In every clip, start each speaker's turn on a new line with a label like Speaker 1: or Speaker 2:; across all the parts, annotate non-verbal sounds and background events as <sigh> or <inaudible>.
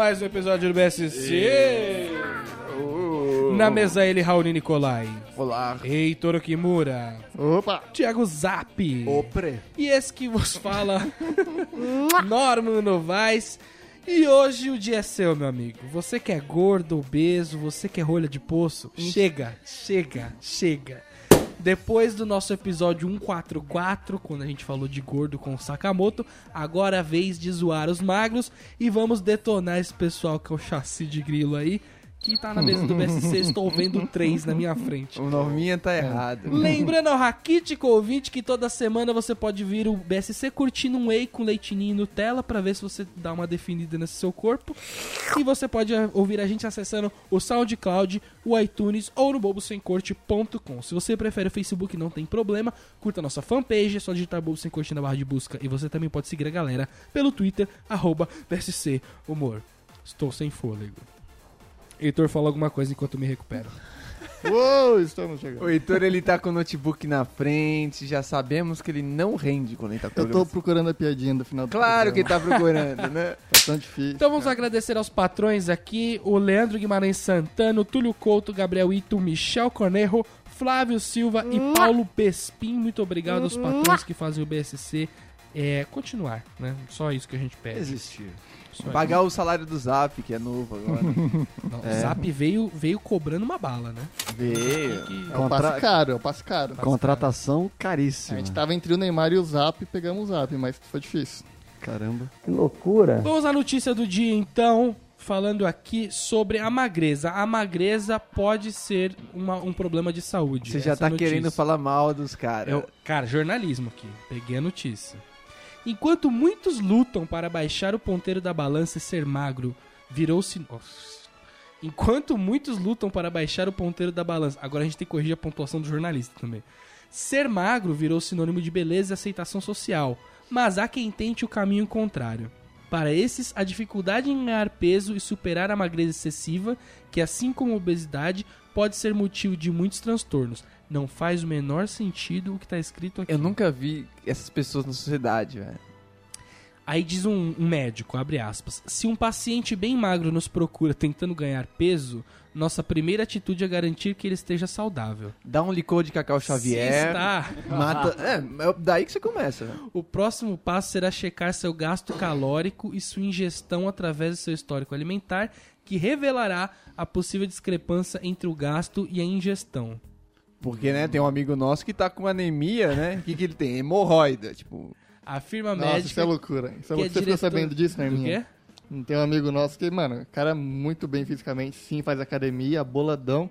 Speaker 1: mais um episódio do BSC. Na mesa ele, Raoni Nicolai.
Speaker 2: Olá.
Speaker 1: Heitor Okimura.
Speaker 2: Opa.
Speaker 1: Thiago Zap.
Speaker 2: Opre.
Speaker 1: E esse que vos fala, Norman Novaes. E hoje o dia é seu, meu amigo. Você que é gordo, obeso, você que é rolha de poço, chega, chega, chega. Depois do nosso episódio 144, quando a gente falou de gordo com o Sakamoto, agora é a vez de zoar os magros e vamos detonar esse pessoal que é o chassi de grilo aí, que tá na mesa do BSC, estou vendo três na minha frente.
Speaker 2: O nominha tá
Speaker 1: <laughs>
Speaker 2: errado.
Speaker 1: Lembrando ao raquítico ouvinte que toda semana você pode vir o BSC curtindo um whey com leitinho e Nutella pra ver se você dá uma definida nesse seu corpo. E você pode ah, ouvir a gente acessando o SoundCloud, o iTunes ou no bobosemcorte.com. Se você prefere o Facebook, não tem problema. Curta a nossa fanpage, é só digitar Bobo Sem Corte na barra de busca. E você também pode seguir a galera pelo Twitter, arroba BSC Humor. Estou sem fôlego. Heitor, fala alguma coisa enquanto eu me recupero.
Speaker 3: Uou, estamos chegando.
Speaker 2: O Heitor, ele tá com o notebook na frente, já sabemos que ele não rende quando ele tá
Speaker 3: Eu tô
Speaker 2: programando.
Speaker 3: procurando a piadinha do final do
Speaker 2: Claro que
Speaker 3: programa.
Speaker 2: ele tá procurando, <laughs> né?
Speaker 3: Tá tão difícil.
Speaker 1: Então vamos agradecer aos patrões aqui: o Leandro Guimarães Santana, o Túlio Couto, Gabriel Ito, Michel Cornejo, Flávio Silva e Paulo Pespim. Muito obrigado aos patrões que fazem o BSC é, continuar, né? Só isso que a gente pede.
Speaker 2: Existir.
Speaker 1: Só isso.
Speaker 2: Pagar o salário do Zap, que é novo agora.
Speaker 1: Não,
Speaker 2: é.
Speaker 1: O Zap veio, veio cobrando uma bala, né?
Speaker 2: Veio.
Speaker 3: É um passe caro, é um passe caro.
Speaker 1: Tá
Speaker 4: Contratação
Speaker 3: A
Speaker 4: caríssima.
Speaker 3: gente tava entre o Neymar e o Zap, pegamos o Zap, mas foi difícil.
Speaker 4: Caramba.
Speaker 1: Vamos à notícia do dia, então. Falando aqui sobre a magreza. A magreza pode ser uma- um problema de saúde.
Speaker 2: Você já
Speaker 1: Essa é
Speaker 2: tá
Speaker 1: notícia.
Speaker 2: querendo falar mal dos caras.
Speaker 1: Eu, cara, jornalismo aqui. Peguei a notícia. Enquanto muitos lutam para baixar o ponteiro da balança e ser magro, virou-se. Nossa. Enquanto muitos lutam para baixar o ponteiro da balança. Agora a gente tem que corrigir a pontuação do jornalista também. Ser magro virou sinônimo de beleza e aceitação social. Mas há quem tente o caminho contrário. Para esses, a dificuldade em ganhar peso e superar a magreza excessiva, que assim como a obesidade, pode ser motivo de muitos transtornos. Não faz o menor sentido o que está escrito aqui.
Speaker 2: Eu nunca vi essas pessoas na sociedade, velho.
Speaker 1: Aí diz um, um médico, abre aspas, se um paciente bem magro nos procura tentando ganhar peso, nossa primeira atitude é garantir que ele esteja saudável.
Speaker 2: Dá um licor de Cacau
Speaker 1: Se
Speaker 2: Xavier.
Speaker 1: está,
Speaker 2: <laughs> Mata. É, é daí que você começa, velho.
Speaker 1: o próximo passo será checar seu gasto calórico e sua ingestão através do seu histórico alimentar, que revelará a possível discrepância entre o gasto e a ingestão.
Speaker 2: Porque, né, tem um amigo nosso que tá com anemia, né? O que, que ele tem? Hemorroida. Tipo,
Speaker 1: Afirma a
Speaker 3: Nossa, isso
Speaker 1: médica
Speaker 3: é loucura. Isso é
Speaker 1: que é
Speaker 3: loucura. Você ficou
Speaker 1: diretor-
Speaker 3: sabendo disso,
Speaker 1: do quê?
Speaker 3: Nerminha? Tem um amigo nosso que, mano, cara é muito bem fisicamente, sim, faz academia, boladão,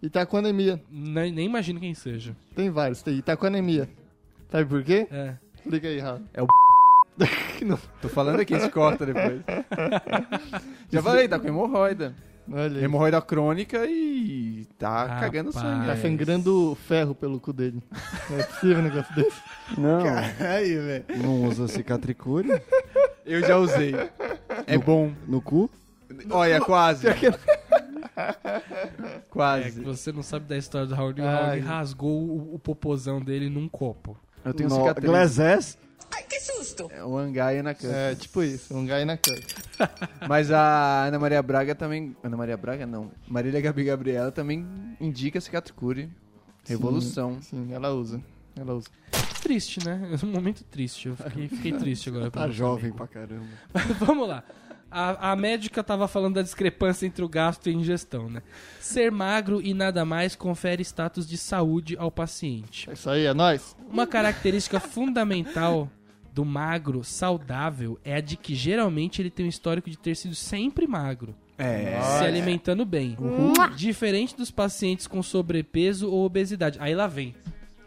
Speaker 3: e tá com anemia.
Speaker 1: Nem, nem imagino quem seja.
Speaker 3: Tem vários, tem, e tá com anemia. Sabe por quê?
Speaker 1: É.
Speaker 3: Explica aí, Raul.
Speaker 2: tô falando aqui, a gente corta depois. Já falei, tá com hemorroida.
Speaker 3: Olha aí.
Speaker 2: Hemorroida crônica e tá
Speaker 1: Rapaz.
Speaker 2: cagando sangue.
Speaker 3: Tá
Speaker 1: Mas-
Speaker 3: sangrando ferro pelo cu dele. Não é possível um negócio desse.
Speaker 4: Não,
Speaker 2: Aí, velho.
Speaker 4: não usa cicatricure
Speaker 2: Eu já usei. É bom.
Speaker 4: no cu.
Speaker 2: Olha, quase.
Speaker 1: É que
Speaker 2: quase.
Speaker 1: você não sabe da história do Howard. O
Speaker 3: Ai.
Speaker 1: Howard rasgou o, o popozão dele num copo.
Speaker 2: Eu tenho
Speaker 4: No-
Speaker 2: cicatriz.
Speaker 4: Glazes.
Speaker 2: É o Angaia na cama.
Speaker 3: É, tipo isso, um gai na cara.
Speaker 2: Mas a Ana Maria Braga também. Ana Maria Braga não. Marília Gabi Gabriela também indica cicatricure. Revolução.
Speaker 3: Sim, ela usa. Ela usa.
Speaker 1: Triste, né? <laughs> É um momento triste. Eu fiquei, fiquei triste
Speaker 3: <laughs>
Speaker 1: agora.
Speaker 3: Ah,
Speaker 4: Tá jovem pra caramba.
Speaker 1: <laughs> Vamos lá. A, a médica tava falando da discrepância entre o gasto e a ingestão, né? Ser magro e nada mais confere status de saúde ao paciente.
Speaker 3: É isso aí, é nóis.
Speaker 1: Uma característica fundamental do magro saudável é a de que geralmente ele tem um histórico de ter sido sempre magro,
Speaker 2: É.
Speaker 1: se alimentando bem. Diferente dos pacientes com sobrepeso ou obesidade. Aí lá vem.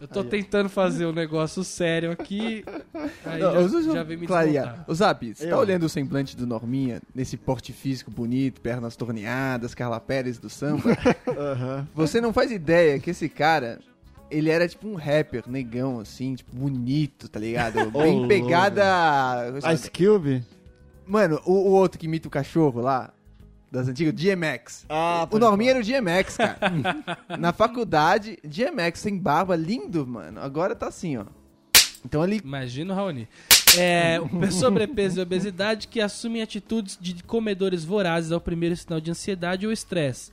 Speaker 1: Eu tô tentando fazer um negócio sério aqui. Aí
Speaker 2: Não,
Speaker 1: já,
Speaker 2: os- os-
Speaker 1: já vem me
Speaker 2: clarear.
Speaker 1: desmontar.
Speaker 2: Ô, Zap, você tá
Speaker 4: Eu.
Speaker 2: olhando o semblante do Norminha, nesse porte físico bonito, pernas torneadas, Carla Pérez do samba.
Speaker 4: <laughs> Aham.
Speaker 2: você não faz ideia que esse cara, ele era tipo um rapper negão, assim, tipo, bonito, tá
Speaker 4: <laughs>
Speaker 2: ligado? Bem
Speaker 4: louco.
Speaker 2: pegada.
Speaker 4: Ice Cube?
Speaker 2: Mano, o, o outro que imita o cachorro lá, das antigas, DMX.
Speaker 4: Ah,
Speaker 2: O Norminha era o DMX,
Speaker 4: <laughs>
Speaker 2: cara. Na faculdade, DMX sem barba, lindo, mano. Agora tá assim, ó. Então ele
Speaker 1: Imagina o Raoni. É, sobrepeso e obesidade que assumem atitudes de comedores vorazes ao primeiro sinal de ansiedade ou estresse.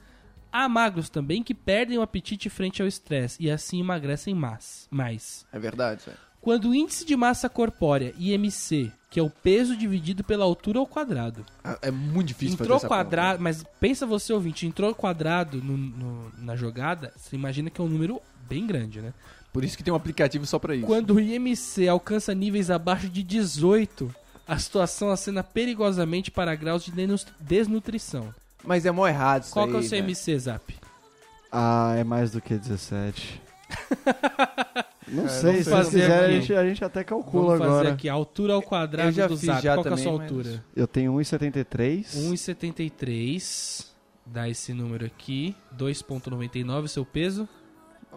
Speaker 1: Há magros também que perdem o apetite frente ao estresse e assim emagrecem mais. mais.
Speaker 2: É verdade, isso aí.
Speaker 1: Quando o índice de massa corpórea, IMC, que é o peso dividido pela altura ao quadrado.
Speaker 2: Ah, É muito difícil fazer
Speaker 1: entrou
Speaker 2: essa conta.
Speaker 1: quadrado, mas pensa você, ouvinte, entrou quadrado no- no- na jogada, você imagina que é um número bem grande, né?
Speaker 2: Por isso que tem um aplicativo só pra isso.
Speaker 1: Quando o IMC alcança níveis abaixo de 18, a situação acena perigosamente para graus de denu- desnutrição.
Speaker 2: Mas é mó errado isso
Speaker 1: Qual
Speaker 2: aí, né?
Speaker 1: que é o seu
Speaker 2: velho.
Speaker 1: IMC, Zap?
Speaker 4: Ah, é mais do
Speaker 1: <laughs>
Speaker 4: que 17. Não sei,
Speaker 1: vamos fazer
Speaker 4: se vocês quiserem,
Speaker 1: aqui.
Speaker 4: a gente, a gente até calcula
Speaker 1: Vamos fazer
Speaker 4: agora.
Speaker 1: aqui, a altura ao quadrado
Speaker 2: Eu já
Speaker 1: do
Speaker 2: fiz
Speaker 1: Zap.
Speaker 2: já
Speaker 1: Qual que é a
Speaker 2: também,
Speaker 1: sua
Speaker 2: mas-
Speaker 1: altura?
Speaker 4: Eu tenho 1,73.
Speaker 1: 1,73, dá esse número aqui, 2,99 seu peso.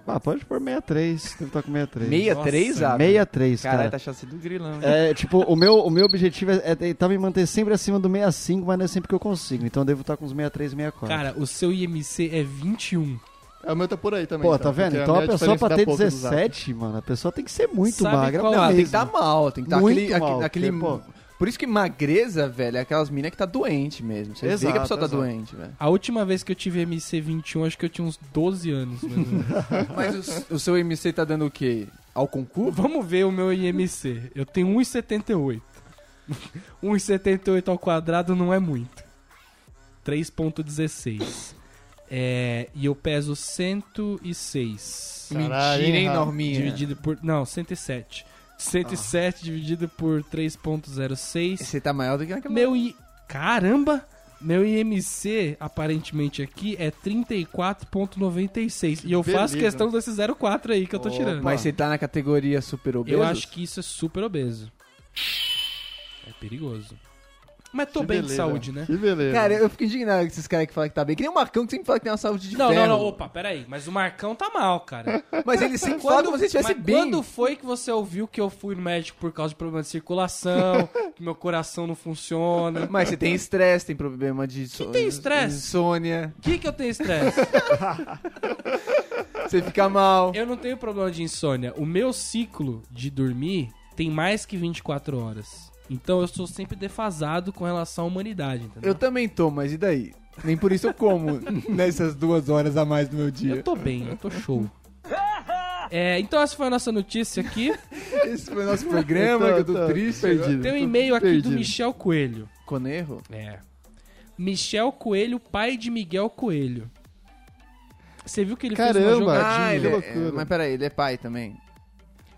Speaker 4: Ah, pode pôr 63. Deve estar com 63.
Speaker 2: Meia três,
Speaker 1: Nossa,
Speaker 2: Zap?
Speaker 4: 63, cara.
Speaker 2: Caralho, tá chassi do grilão. hein?
Speaker 4: É, tipo, o meu, o meu objetivo é, é tentar me manter sempre acima do 65, mas não é sempre que eu consigo. Então eu devo estar com uns 63, 64.
Speaker 1: Cara, o seu IMC é 21.
Speaker 3: É, o meu tá por aí também.
Speaker 4: Pô,
Speaker 3: então,
Speaker 4: tá vendo?
Speaker 3: porque
Speaker 4: Então a
Speaker 3: minha
Speaker 4: pessoa
Speaker 3: diferença
Speaker 4: pra
Speaker 3: dá
Speaker 4: ter
Speaker 3: pouco do Zap.
Speaker 4: 17, mano, a pessoa tem que ser muito
Speaker 1: Sabe
Speaker 4: magra
Speaker 1: qual-
Speaker 2: Não, ela tem que
Speaker 4: mesmo.
Speaker 2: tá mal, tem que tá
Speaker 4: Muito
Speaker 2: aquele, aque-
Speaker 4: mal,
Speaker 2: aquele,
Speaker 4: porque,
Speaker 2: Por isso que magreza, velho, é aquelas minas que tá doente mesmo. Você vê que a
Speaker 4: Exato,
Speaker 2: pessoa tá
Speaker 4: exato.
Speaker 2: doente, velho.
Speaker 1: A última vez que eu tive MC 21, acho que eu tinha uns 12 anos. mais ou menos.
Speaker 2: Mas o, o seu MC tá dando o quê? Ao concurso?
Speaker 1: Vamos ver o meu IMC. Eu tenho <laughs> 1,78. 1,78 ao quadrado não é muito.
Speaker 4: 3.16.
Speaker 1: É, e eu peso 106.
Speaker 3: Caralho,
Speaker 2: Mentira, hein,
Speaker 3: hein,
Speaker 2: Norminha?
Speaker 1: Dividido por. Não, 107. 107 dividido por 3,06.
Speaker 2: Você tá maior do que
Speaker 3: é
Speaker 2: naquela...
Speaker 1: Meu I. Caramba! Meu IMC, aparentemente aqui, é 34,96. E eu faço
Speaker 3: Beleza.
Speaker 1: questão desse 04 aí que eu tô
Speaker 3: Opa.
Speaker 1: tirando.
Speaker 2: Mas você tá na categoria super obeso?
Speaker 1: Eu acho que isso é super obeso. É perigoso. Mas tô
Speaker 3: Que
Speaker 1: bem de
Speaker 3: beleza.
Speaker 1: saúde, né?
Speaker 3: Que beleza.
Speaker 2: Cara, eu fico indignado com esses caras que falam que tá bem. Que nem o Marcão que sempre fala que tem uma saúde de
Speaker 1: Não, não,
Speaker 2: ferro.
Speaker 1: não, opa, peraí. Mas o Marcão tá mal, cara.
Speaker 2: Mas ele sempre fala
Speaker 1: Quando,
Speaker 2: como se estivesse
Speaker 1: mas
Speaker 2: bem.
Speaker 1: quando foi que você ouviu que eu fui no médico por causa de problema de circulação, que meu coração não funciona?
Speaker 2: Mas você tem estresse, tem problema de... Que
Speaker 1: tem estresse?
Speaker 2: Insônia.
Speaker 1: O que que eu tenho estresse?
Speaker 2: Você fica mal.
Speaker 1: Eu não tenho problema de insônia. O meu ciclo de dormir tem mais que 24 horas. Então eu sou sempre defasado com relação à humanidade, entendeu?
Speaker 2: Eu também tô, mas e daí? Nem por isso eu como
Speaker 3: <laughs>
Speaker 2: nessas duas horas a mais do meu
Speaker 1: Eu
Speaker 2: dia.
Speaker 1: tô bem, eu tô show. É, então essa foi a nossa notícia aqui.
Speaker 2: Esse foi o nosso programa,
Speaker 3: Eu
Speaker 2: que
Speaker 3: tô-
Speaker 2: eu tô
Speaker 3: tô
Speaker 2: triste.
Speaker 3: perdido.
Speaker 1: Tem um e-mail aqui do
Speaker 3: Perdido.
Speaker 1: Michel Coelho.
Speaker 2: Conerro?
Speaker 1: É. Michel Coelho, pai de Miguel Coelho. Você viu que ele fez uma
Speaker 3: Caramba!
Speaker 1: jogadinha?
Speaker 2: Ah, ele
Speaker 3: que
Speaker 2: é,
Speaker 3: loucura.
Speaker 2: mas peraí, ele é pai também.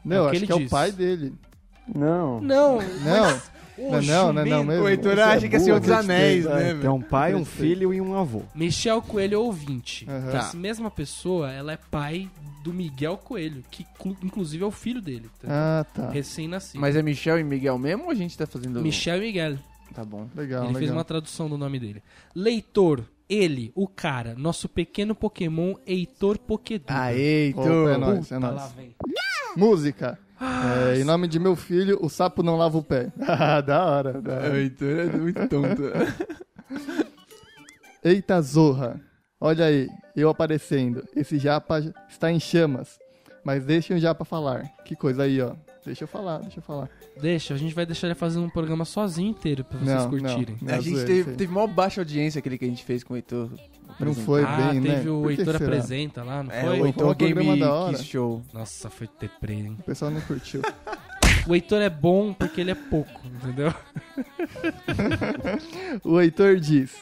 Speaker 3: Não,
Speaker 1: o que
Speaker 3: acho
Speaker 1: ele
Speaker 3: que é o
Speaker 1: disse.
Speaker 3: pai dele.
Speaker 4: Não.
Speaker 1: Não,
Speaker 3: Não,
Speaker 1: o
Speaker 3: não, não, não,
Speaker 1: jumento.
Speaker 3: mesmo.
Speaker 2: Heitor,
Speaker 3: Você
Speaker 2: acha que é
Speaker 3: burro,
Speaker 2: Senhor dos
Speaker 3: você
Speaker 2: Anéis,
Speaker 3: tem-
Speaker 2: né,
Speaker 3: é,
Speaker 2: velho?
Speaker 4: Tem um pai, um
Speaker 3: Perfeito.
Speaker 4: filho e um avô.
Speaker 1: Michel Coelho é ouvinte.
Speaker 3: Aham.
Speaker 1: Então, Essa mesma pessoa, ela é pai do Miguel Coelho, que clu- inclusive é o filho dele. entendeu?
Speaker 3: Ah, tá.
Speaker 1: Recém-nascido.
Speaker 2: Mas é Michel e Miguel mesmo ou a gente tá fazendo.
Speaker 1: Michel Miguel.
Speaker 2: Tá bom.
Speaker 3: Legal,
Speaker 1: Ele
Speaker 3: legal.
Speaker 1: fez uma tradução do nome dele. Leitor, ele, o cara, nosso pequeno Pokémon Heitor Pokéduda.
Speaker 2: Aê,
Speaker 3: Opa, é
Speaker 2: Ah, Heitor.
Speaker 3: nóis, Ah, é
Speaker 1: Tá lá, Ah,
Speaker 3: nóis.
Speaker 1: vem.
Speaker 3: Música. É, em nome de meu filho, o sapo não lava o pé. <laughs> Ah, da hora, da
Speaker 2: O
Speaker 3: hora.
Speaker 2: Heitor é muito
Speaker 3: <laughs>
Speaker 2: tonto.
Speaker 3: Eita zorra. Olha aí, eu aparecendo. Esse japa está em chamas. Mas deixa o japa falar. Que coisa aí, ó. Deixa eu falar, deixa eu falar.
Speaker 1: Deixa, a gente vai deixar ele fazendo um programa sozinho inteiro pra vocês
Speaker 3: Não,
Speaker 1: curtirem.
Speaker 3: não. é
Speaker 2: a gente
Speaker 3: zoeira,
Speaker 2: teve,
Speaker 3: sim.
Speaker 2: teve maior baixa audiência aquele que a gente fez com o Heitor.
Speaker 3: Não
Speaker 2: Apresenta.
Speaker 3: foi
Speaker 1: ah,
Speaker 3: bem, né?
Speaker 1: teve o
Speaker 3: Por que
Speaker 1: Heitor
Speaker 3: será?
Speaker 1: apresenta lá, não
Speaker 2: É,
Speaker 1: foi?
Speaker 2: o Heitor
Speaker 3: Foi um programa
Speaker 2: Game
Speaker 3: da hora.
Speaker 2: Kiss Show.
Speaker 1: Nossa, foi ter preso, hein?
Speaker 3: O pessoal não curtiu.
Speaker 1: O Heitor é bom porque ele é pouco, entendeu?
Speaker 3: <laughs> O Heitor diz: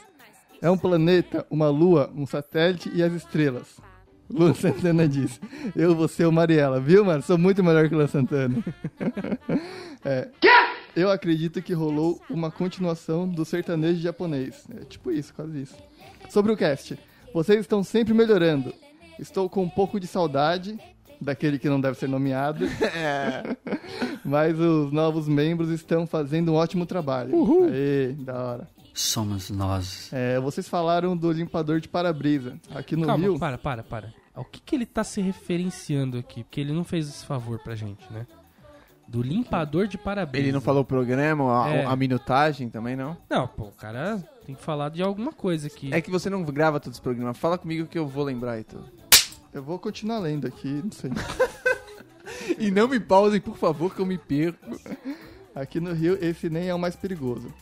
Speaker 3: É um planeta, uma lua, um satélite e as estrelas. Luan Santana diz: Eu vou ser o Mariela, viu, mano? Sou muito melhor que o Luan Santana. <laughs> é. Eu acredito que rolou uma continuação do sertanejo japonês. É tipo isso, quase isso. Sobre o cast: Vocês estão sempre melhorando. Estou com um pouco de saudade daquele que não deve ser nomeado. <laughs> Mas os novos membros estão fazendo um ótimo trabalho. Uhul. Aê, da hora.
Speaker 5: Somos nós.
Speaker 3: É, vocês falaram do limpador de para-brisa. Aqui no
Speaker 1: Calma,
Speaker 3: Rio.
Speaker 1: para, para, para. Ao que, que ele tá se referenciando aqui? Porque ele não fez esse favor pra gente, né? Do limpador de parabéns.
Speaker 2: Ele não falou o programa, a,
Speaker 1: É.
Speaker 2: a minutagem também, não?
Speaker 1: Não, pô, o cara tem que falar de alguma coisa aqui.
Speaker 2: É que você não grava todos os programas. Fala comigo que eu vou lembrar, Heitor.
Speaker 3: Eu vou continuar lendo aqui, não sei.
Speaker 2: E não me pausem, por favor, que eu me perco.
Speaker 3: Aqui no Rio, esse nem é o mais perigoso.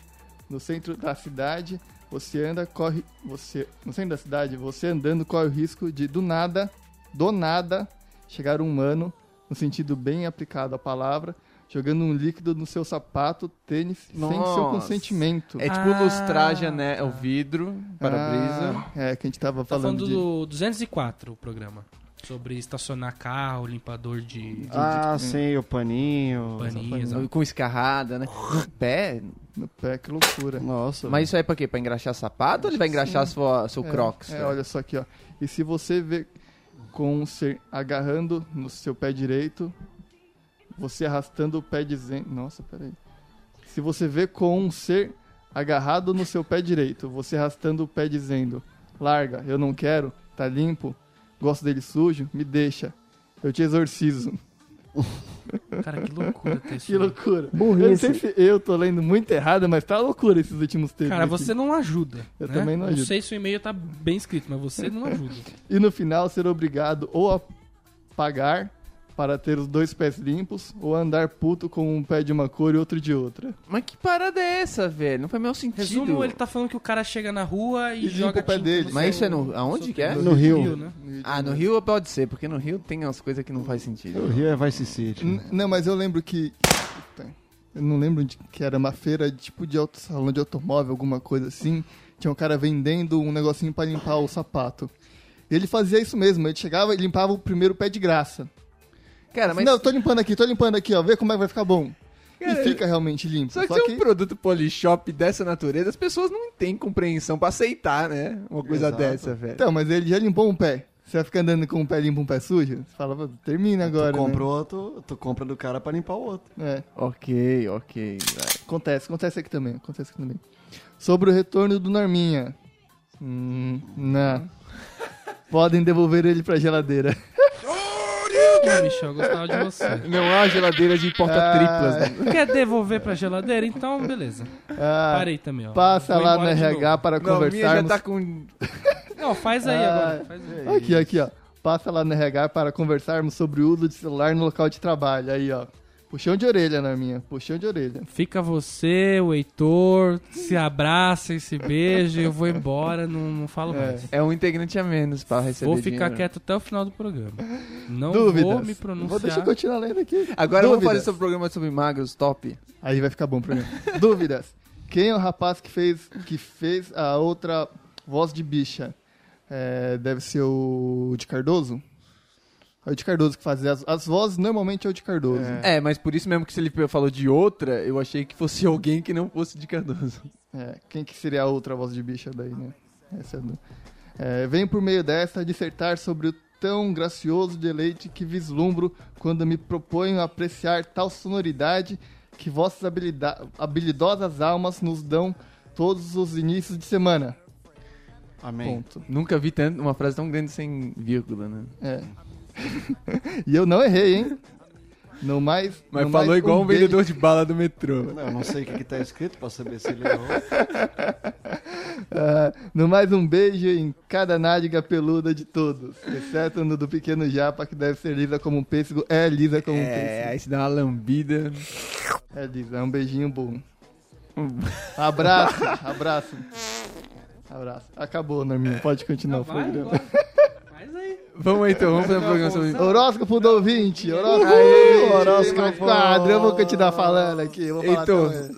Speaker 3: No centro da cidade, você anda, corre. Você, no centro da cidade, você andando corre o risco de do nada, do nada, chegar um humano, no sentido bem aplicado à palavra, jogando um líquido no seu sapato, tênis, sem seu
Speaker 2: Nossa.
Speaker 3: consentimento.
Speaker 2: É tipo
Speaker 1: Ah,
Speaker 2: lustrar a jane- o vidro, para-brisa.
Speaker 3: Ah, é, que a gente tava
Speaker 1: Tá
Speaker 3: falando,
Speaker 1: falando
Speaker 3: de.
Speaker 1: do 204, o programa. Sobre estacionar carro, limpador de...
Speaker 4: Ah, sim, o paninho.
Speaker 1: Paninho, exato.
Speaker 3: Ah.
Speaker 2: Com escarrada, né? No pé.
Speaker 3: No pé, que loucura.
Speaker 4: Nossa.
Speaker 2: Mas isso aí é pra quê? Pra engraxar sapato ou ele vai engraxar sua, seu
Speaker 3: É,
Speaker 2: crocs? né?
Speaker 3: É,
Speaker 2: cara?
Speaker 3: olha só aqui, ó. E se você vê com um ser agarrando no seu pé direito, você arrastando o pé dizendo. Nossa, peraí. Se você vê com um ser agarrado no seu pé direito, você arrastando o pé dizendo: Larga, eu não quero, tá limpo, gosto dele sujo, me deixa. Eu te exorcizo. <laughs>
Speaker 1: Cara, que loucura ter isso.
Speaker 3: Que loucura.
Speaker 4: Burrice.
Speaker 3: Eu não sei se eu tô lendo muito errado, mas tá loucura esses últimos textos.
Speaker 1: Cara,
Speaker 3: aqui.
Speaker 1: você não ajuda.
Speaker 3: Eu
Speaker 1: né?
Speaker 3: também não ajudo.
Speaker 1: Não sei se o e-mail tá bem escrito, mas você não ajuda.
Speaker 3: <laughs> e no final ser obrigado ou a pagar para ter os dois pés limpos ou andar puto com um pé de uma cor e outro de outra.
Speaker 2: Mas que parada é essa, velho? Não faz meu sentido.
Speaker 1: Resumo, ele tá falando que o cara chega na rua e,
Speaker 3: E limpa
Speaker 1: joga
Speaker 3: o pé
Speaker 1: tinta
Speaker 3: dele.
Speaker 2: Mas isso
Speaker 1: seu-
Speaker 2: é no. Aonde
Speaker 1: seu
Speaker 2: que é?
Speaker 1: tênis.
Speaker 4: No Rio.
Speaker 1: né?
Speaker 2: Ah, no Rio pode ser, porque no Rio tem umas coisas que não faz sentido.
Speaker 4: O Rio é Vice City.
Speaker 3: N- Não, mas eu lembro que Puta, eu não lembro de que era uma feira tipo de auto salão de automóvel, alguma coisa assim. Tinha um cara vendendo um negocinho pra limpar o sapato. Ele fazia isso mesmo, ele chegava e limpava o primeiro pé de graça.
Speaker 2: Cara, mas.
Speaker 3: Não, tô limpando aqui, tô limpando aqui, ó, vê como é que vai ficar bom.
Speaker 2: Cara,
Speaker 3: e fica realmente limpo.
Speaker 2: Só que se é um produto polishop dessa natureza, as pessoas não têm compreensão pra aceitar, né? Uma coisa
Speaker 4: Exato.
Speaker 2: dessa, velho.
Speaker 3: Então, mas ele já limpou um pé. Você vai ficar andando com um pé limpo, um pé sujo? Você fala, "Pô, termina agora.
Speaker 4: tu compra
Speaker 3: né?"
Speaker 4: o outro, tu compra do cara pra limpar o outro.
Speaker 3: É,
Speaker 2: Ok, ok.
Speaker 3: acontece, acontece aqui também, acontece aqui também. Sobre o retorno do Norminha. Hum,
Speaker 1: <laughs>
Speaker 3: não. Podem devolver ele pra geladeira.
Speaker 1: Ô, Michel, eu gostava de
Speaker 3: <laughs>
Speaker 1: você.
Speaker 2: Não há geladeira de porta
Speaker 1: Tá
Speaker 3: Ah,
Speaker 2: triplas, né?
Speaker 1: Quer devolver pra geladeira? Então, beleza.
Speaker 3: Ah,
Speaker 1: Parei também, ó.
Speaker 3: passa
Speaker 1: Vou
Speaker 3: lá no
Speaker 1: embora de
Speaker 3: RH
Speaker 1: novo.
Speaker 3: para
Speaker 2: Não, a minha já
Speaker 3: conversarmos.
Speaker 2: tá com.
Speaker 1: Não, faz aí
Speaker 3: Ah,
Speaker 1: agora. Faz aí.
Speaker 3: Aqui, aqui, ó. Passa lá no RH para conversarmos sobre o uso de celular no local de trabalho. Aí, ó. Puxão de orelha, Norminha. Puxão de orelha.
Speaker 1: Fica você, o Heitor, se abracem, se beijem, eu vou embora, não, não falo mais.
Speaker 2: É né? um integrante a menos pra receber.
Speaker 1: Vou ficar
Speaker 2: dinheiro.
Speaker 1: quieto até o final do programa. Não
Speaker 3: Dúvidas.
Speaker 1: vou me pronunciar.
Speaker 3: Vou deixar eu continuar lendo aqui.
Speaker 2: Agora vamos fazer
Speaker 3: Dúvidas?
Speaker 2: sobre o programa sobre magros, top.
Speaker 3: Aí vai ficar bom pra mim. Dúvidas. Quem é o rapaz que fez, que fez a outra voz de bicha? É, deve ser o de Cardoso? É o de Cardoso que fazia as, as vozes, normalmente é o de Cardoso. É.
Speaker 2: É, mas por isso mesmo que se ele falou de outra, eu achei que fosse <laughs> alguém que não fosse de Cardoso.
Speaker 3: É, quem que seria a outra voz de bicha daí, né? Essa é a dú- é, Venho por meio desta dissertar sobre o tão gracioso deleite que vislumbro quando me proponho a apreciar tal sonoridade que vossas habilida- habilidosas almas nos dão todos os inícios de semana.
Speaker 4: Amém.
Speaker 3: Ponto.
Speaker 2: Nunca vi tanto, uma frase tão grande sem vírgula, né?
Speaker 3: É. <laughs> e eu não errei, hein? Não mais.
Speaker 2: Mas
Speaker 3: não
Speaker 2: falou
Speaker 3: mais
Speaker 2: igual um
Speaker 3: beijo.
Speaker 2: vendedor de bala do metrô.
Speaker 4: Não, eu não sei o que, que tá escrito pra saber se ele errou.
Speaker 3: Ah, no mais um beijo em cada nádega peluda de todos. Exceto no do pequeno japa, que deve ser lisa como um pêssego. É lisa como um
Speaker 2: É,
Speaker 3: pêssego.
Speaker 2: aí se dá uma lambida.
Speaker 3: É lisa, é um beijinho bom.
Speaker 2: Hum.
Speaker 3: Abraço, abraço. Abraço. Acabou, Norminha. Pode continuar
Speaker 1: Não,
Speaker 3: o
Speaker 1: vai
Speaker 3: programa.
Speaker 1: agora. Faz aí.
Speaker 2: Vamos aí então, vamos fazer um programa sobre.
Speaker 3: Horóscopo do ouvinte. Horóscopo
Speaker 2: Aê,
Speaker 3: do ouvinte.
Speaker 2: horóscopo.
Speaker 3: Mais quadro. Eu vou continuar falando aqui. eu Vou falar até
Speaker 2: Então,
Speaker 3: amanhã.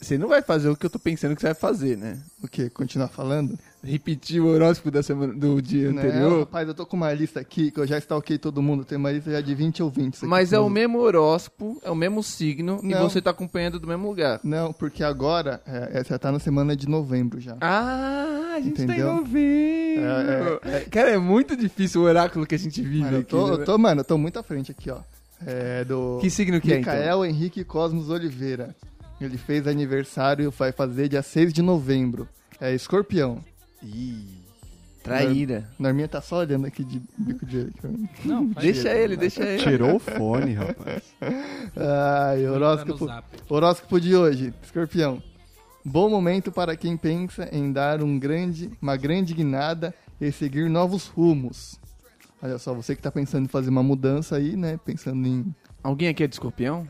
Speaker 2: você não vai fazer o que eu tô pensando que você vai fazer, né?
Speaker 3: o quê? Continuar falando?
Speaker 2: Repetir o horóscopo da semana, do dia
Speaker 3: Não,
Speaker 2: anterior.
Speaker 3: né? rapaz, eu tô com uma lista aqui que eu já stalkei todo mundo. Tem uma lista já de 20 ouvintes. aqui
Speaker 2: Mas é o
Speaker 3: comigo.
Speaker 2: mesmo horóscopo, é o mesmo signo, e
Speaker 3: Não.
Speaker 2: você tá acompanhando do mesmo lugar.
Speaker 3: Não, porque agora, é, é, já tá na semana de novembro já.
Speaker 2: Ah, a gente
Speaker 3: Entendeu?
Speaker 2: tá em novembro. Cara, é muito difícil o oráculo que a gente vive
Speaker 3: Mano, eu
Speaker 2: aqui.
Speaker 3: tô,
Speaker 2: né?
Speaker 3: eu tô- mano, eu tô muito à frente aqui, ó. É do
Speaker 2: Que signo que é, então?
Speaker 3: Micael Henrique Cosmos Oliveira. Ele fez aniversário, vai fazer dia 6 de novembro. É escorpião.
Speaker 2: Ih, traíra.
Speaker 3: Norminha tá só olhando aqui de bico de olho. aqui
Speaker 2: <laughs>
Speaker 3: pra mim.
Speaker 1: Não, faz
Speaker 2: Deixa ele, deixa ele.
Speaker 4: Tirou o fone, rapaz.
Speaker 3: Ai,
Speaker 1: aí.
Speaker 3: horóscopo.
Speaker 1: Tá no zap.
Speaker 3: Horóscopo de hoje, escorpião. Bom momento para quem pensa em dar um grande, uma grande guinada e seguir novos rumos. Olha só, você que tá pensando em fazer uma mudança aí, né? Pensando em.
Speaker 2: Alguém aqui é de escorpião?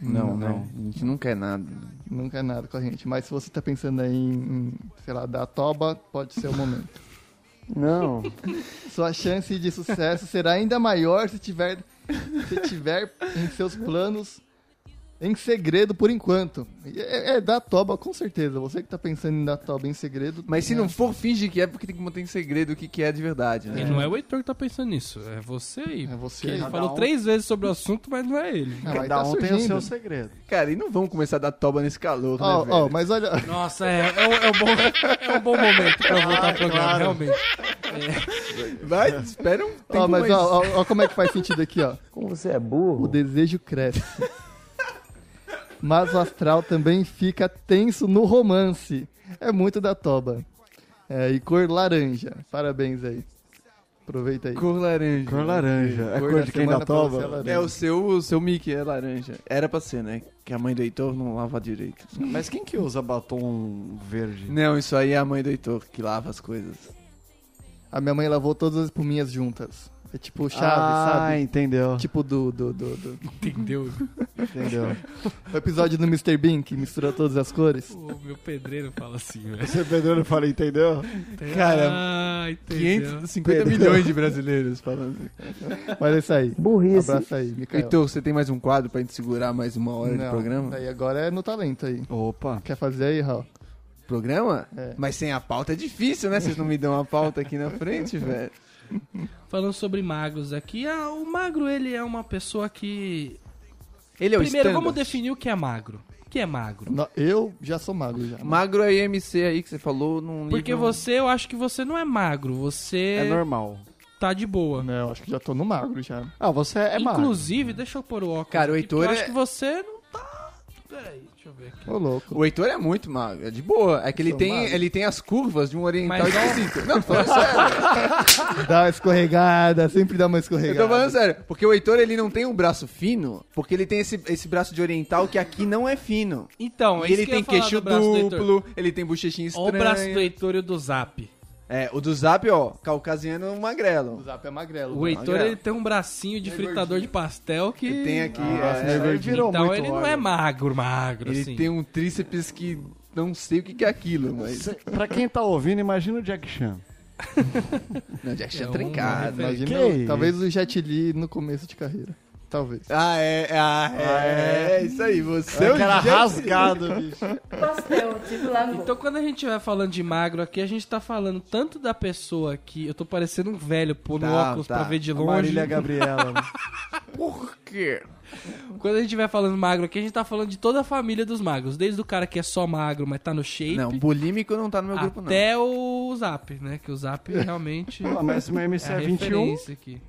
Speaker 2: Não,
Speaker 3: Não, né,
Speaker 2: não. A gente não quer nada.
Speaker 3: Nunca é nada com a gente. Mas se você tá pensando aí em, em, sei lá, dar toba, pode ser o momento.
Speaker 4: Não.
Speaker 3: Sua chance de sucesso será ainda maior se tiver, se tiver em seus planos em segredo por enquanto. É, é dar toba, com certeza. Você que tá pensando em dar toba em segredo.
Speaker 2: Mas se
Speaker 3: né?
Speaker 2: não for, finge que é, porque tem que manter em segredo o que, que é de verdade,
Speaker 1: E
Speaker 2: né?
Speaker 1: não é o Heitor que tá pensando nisso, é você aí.
Speaker 3: É
Speaker 1: Porque
Speaker 3: você.
Speaker 1: ele
Speaker 3: aí.
Speaker 1: falou
Speaker 4: um.
Speaker 1: três vezes sobre o assunto, mas não é ele.
Speaker 3: Ah, mas
Speaker 4: Cada
Speaker 3: tá
Speaker 4: um tem o
Speaker 3: surgindo.
Speaker 4: seu segredo.
Speaker 2: Cara, e não vamos começar a dar toba nesse calor,
Speaker 3: Ó,
Speaker 2: né,
Speaker 3: ó,
Speaker 2: velho?
Speaker 3: mas olha.
Speaker 1: Nossa, é, é, um, é um bom, é um bom momento pra eu voltar
Speaker 4: Ah,
Speaker 1: ao programa,
Speaker 4: claro.
Speaker 1: realmente.
Speaker 2: Vai, espera um tempo
Speaker 3: Ó, mas
Speaker 2: mais...
Speaker 3: ó, ó, ó como é que faz sentido aqui, ó.
Speaker 5: <laughs> Como você é burro.
Speaker 3: O desejo cresce. Mas o astral também fica tenso no romance. É muito da toba. É, e cor laranja. Parabéns aí. Aproveita aí.
Speaker 2: Cor laranja.
Speaker 4: Cor laranja. É cor,
Speaker 3: da
Speaker 4: de quem
Speaker 3: semana
Speaker 4: dá
Speaker 3: pra você
Speaker 4: toba?
Speaker 3: laranja.
Speaker 2: É, o seu, o seu Mickey é laranja. Era pra ser, né? Que a mãe do Heitor não lava direito.
Speaker 4: Mas quem que usa batom verde?
Speaker 2: Não, isso aí é a mãe do Heitor que lava as coisas.
Speaker 3: A minha mãe lavou todas as espuminhas juntas. É tipo chave,
Speaker 4: ah,
Speaker 3: sabe?
Speaker 4: entendeu.
Speaker 2: <laughs>
Speaker 3: Tipo do, do, do, do-
Speaker 1: Entendeu?
Speaker 4: Entendeu.
Speaker 3: O episódio do Mr. Bean que misturou todas as cores.
Speaker 1: O meu pedreiro fala assim, velho.
Speaker 4: Você pedreiro fala, entendeu?
Speaker 2: Cara,
Speaker 1: ah, entendeu.
Speaker 2: 550 milhões <laughs> de brasileiros falando.
Speaker 3: Mas é isso aí.
Speaker 5: Burrice.
Speaker 3: Abraço aí, Micael.
Speaker 2: Heitor, você tem mais um quadro pra gente segurar mais uma hora de
Speaker 3: Não,
Speaker 2: programa?
Speaker 3: Aí agora é no talento aí.
Speaker 4: Opa.
Speaker 3: Quer fazer aí, Raul?
Speaker 2: Programa?
Speaker 3: É.
Speaker 2: Mas sem a pauta é difícil, né? Vocês não me dão a pauta aqui na frente, velho.
Speaker 1: Falando sobre magros aqui, ah, o magro ele é uma pessoa que.
Speaker 2: Ele é o
Speaker 1: Primeiro,
Speaker 2: standard.
Speaker 1: vamos definir o que é magro. O que é magro?
Speaker 3: Não, eu já sou magro já.
Speaker 2: Magro é IMC aí que você falou um- num
Speaker 1: Porque
Speaker 2: nível-
Speaker 1: você, eu acho que você não é magro,
Speaker 4: É
Speaker 1: você
Speaker 4: normal.
Speaker 1: tá de boa.
Speaker 3: Não, acho que já tô no magro já.
Speaker 4: Ah, você é magro.
Speaker 1: Inclusive, deixa eu pôr o óculos.
Speaker 2: Cara, o
Speaker 1: aqui,
Speaker 2: Heitor
Speaker 1: porque Eu acho
Speaker 2: é-
Speaker 1: que você não tá. Peraí, deixa eu ver aqui.
Speaker 3: Ô, louco.
Speaker 2: O Heitor é muito magro, é de boa. É que ele
Speaker 3: Sou
Speaker 2: tem,
Speaker 3: magro.
Speaker 2: ele tem as curvas de um oriental
Speaker 1: Mas- é
Speaker 2: esquisito. Não, tô
Speaker 3: <laughs>
Speaker 2: falando sério.
Speaker 3: Dá uma escorregada, sempre dá uma
Speaker 2: Eu
Speaker 3: escorregada.
Speaker 2: tô falando sério. Porque o Heitor, ele não tem um braço fino, porque ele tem esse, esse braço de oriental que aqui não é fino.
Speaker 1: Então, é
Speaker 2: e
Speaker 1: isso
Speaker 2: ele
Speaker 1: que eu
Speaker 2: tem
Speaker 1: ia falar
Speaker 2: queixo
Speaker 1: do braço do Heitor.
Speaker 2: duplo, ele tem bochechinha
Speaker 1: Olha
Speaker 2: estranha.
Speaker 1: o braço do Heitor e o do Zap.
Speaker 2: É, o do Zap, ó, caucasiano magrelo.
Speaker 3: zap é magrelo.
Speaker 1: O Heitor
Speaker 2: olha. é
Speaker 1: ele tem um bracinho de fritador de pastel que.
Speaker 2: Ele
Speaker 3: Ah,
Speaker 2: tem aqui,
Speaker 4: Nossa,
Speaker 2: é,
Speaker 4: é verdade. virou
Speaker 1: então
Speaker 4: muito
Speaker 1: ele não
Speaker 4: óleo.
Speaker 1: é magro, magro,
Speaker 2: ele
Speaker 1: assim.
Speaker 2: tem um tríceps que não sei o que que é aquilo, mas...
Speaker 1: <laughs>
Speaker 4: Cê- Pra quem tá ouvindo, imagina o Jack Chan.
Speaker 2: Não, Jack Chan
Speaker 1: É um-
Speaker 2: trincado.
Speaker 1: uma
Speaker 3: Imagina,
Speaker 4: Que
Speaker 3: talvez o Jet Li no começo de carreira. Talvez.
Speaker 2: Ah, é, é, ah, é, é, isso aí, você é o
Speaker 4: que era
Speaker 2: Jack-
Speaker 4: rasgado, bicho.
Speaker 6: Pastel de Lango.
Speaker 1: Então quando a gente vai falando de magro aqui, a gente tá falando tanto da pessoa que eu tô parecendo um velho pôr no
Speaker 2: Tá,
Speaker 1: óculos
Speaker 2: tá.
Speaker 1: pra ver de
Speaker 4: A
Speaker 1: longe.
Speaker 4: Marília Gabriela.
Speaker 2: Por quê?
Speaker 1: Quando a gente vai falando magro aqui, a gente tá falando de toda a família dos magros, desde o cara que é só magro, mas tá no shape,
Speaker 2: Não, bulímico não tá no meu grupo, não.
Speaker 1: até o Zap, né? Que o
Speaker 4: <laughs>
Speaker 1: Zap realmente
Speaker 4: Pô,
Speaker 1: é
Speaker 4: Mas meu MC
Speaker 1: a
Speaker 4: é 21,
Speaker 1: referência aqui.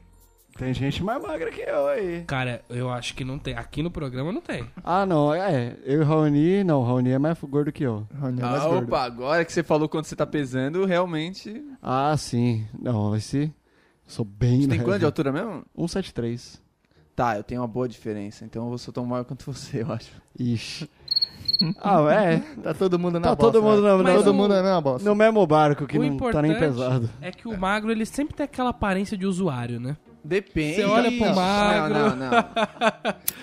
Speaker 4: tem gente mais magra que eu aí.
Speaker 1: Cara, eu acho que não tem. Aqui no programa não tem.
Speaker 4: Ah, não, é. Eu e o Raoni, não, o Raoni é mais gordo que eu.
Speaker 3: Raoni é mais
Speaker 2: Ah,
Speaker 3: gordo.
Speaker 2: opa, agora que você falou quanto você tá pesando, realmente...
Speaker 4: Ah, sim. Não, vai ser. Sou bem.
Speaker 2: Você tem
Speaker 4: mais-
Speaker 2: quanto de altura mesmo?
Speaker 4: 173.
Speaker 2: é. Tá, eu tenho uma boa diferença, então eu sou tão maior quanto você, eu acho.
Speaker 1: <laughs>
Speaker 4: Ixi. Ah, é.
Speaker 3: Tá todo mundo na
Speaker 4: Tá
Speaker 3: bosta.
Speaker 4: todo mundo na-
Speaker 3: né?
Speaker 1: na-
Speaker 3: Todo mundo na mesma bosta.
Speaker 4: No mesmo barco que
Speaker 1: O
Speaker 4: não tá nem
Speaker 1: importante-
Speaker 4: pesado.
Speaker 1: É que o magro, ele sempre tem aquela aparência de usuário, né?
Speaker 2: Depende.
Speaker 1: Você olha pro
Speaker 2: Não,
Speaker 1: magro.
Speaker 2: Não, não, não.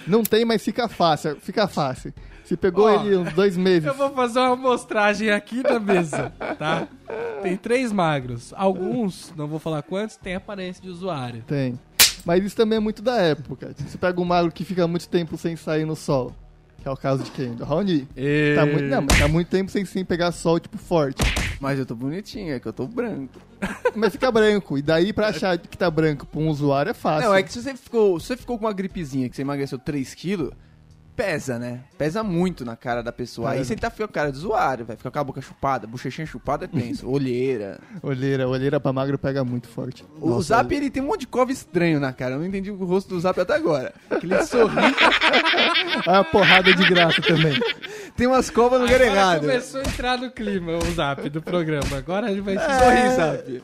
Speaker 3: Não tem, mas fica fácil. Fica fácil. Se pegou
Speaker 1: Ó.
Speaker 3: ele uns dois meses.
Speaker 1: Eu vou fazer uma amostragem aqui na mesa, tá? Tem três magros. Alguns, não vou falar quantos, têm aparência de usuário.
Speaker 3: Tem. Mas isso também é muito da época. Você pega um magro que fica muito tempo sem sair no sol. Que é o caso de quem? Do Raoni. Tá muito, não, mas tá muito tempo sem, sem pegar sol, tipo, forte.
Speaker 2: <laughs> Mas eu tô bonitinho, é que eu tô branco.
Speaker 3: Mas fica branco. E daí pra achar que tá branco pra um usuário é fácil.
Speaker 2: Não, é que se você ficou, se você ficou com uma gripezinha que você emagreceu 3kg, pesa, né? Pesa muito na cara da pessoa. Aí
Speaker 3: Pesa.
Speaker 2: você tá ficando com cara de usuário, vai ficar com a boca chupada, bochechinha chupada é tenso, <laughs> olheira.
Speaker 3: Olheira, olheira pra magro pega muito forte.
Speaker 2: O Zap, ele tem um monte de cova estranho na cara. Eu não entendi o rosto do Zap até agora. Que ele sorri, <laughs>
Speaker 3: Olha a porrada de graça também.
Speaker 2: tem umas covas no lugar
Speaker 1: Agora
Speaker 2: errado.
Speaker 4: É.
Speaker 1: começou a entrar no clima é o zap do programa. Agora ele vai se
Speaker 2: Sorri, Zap.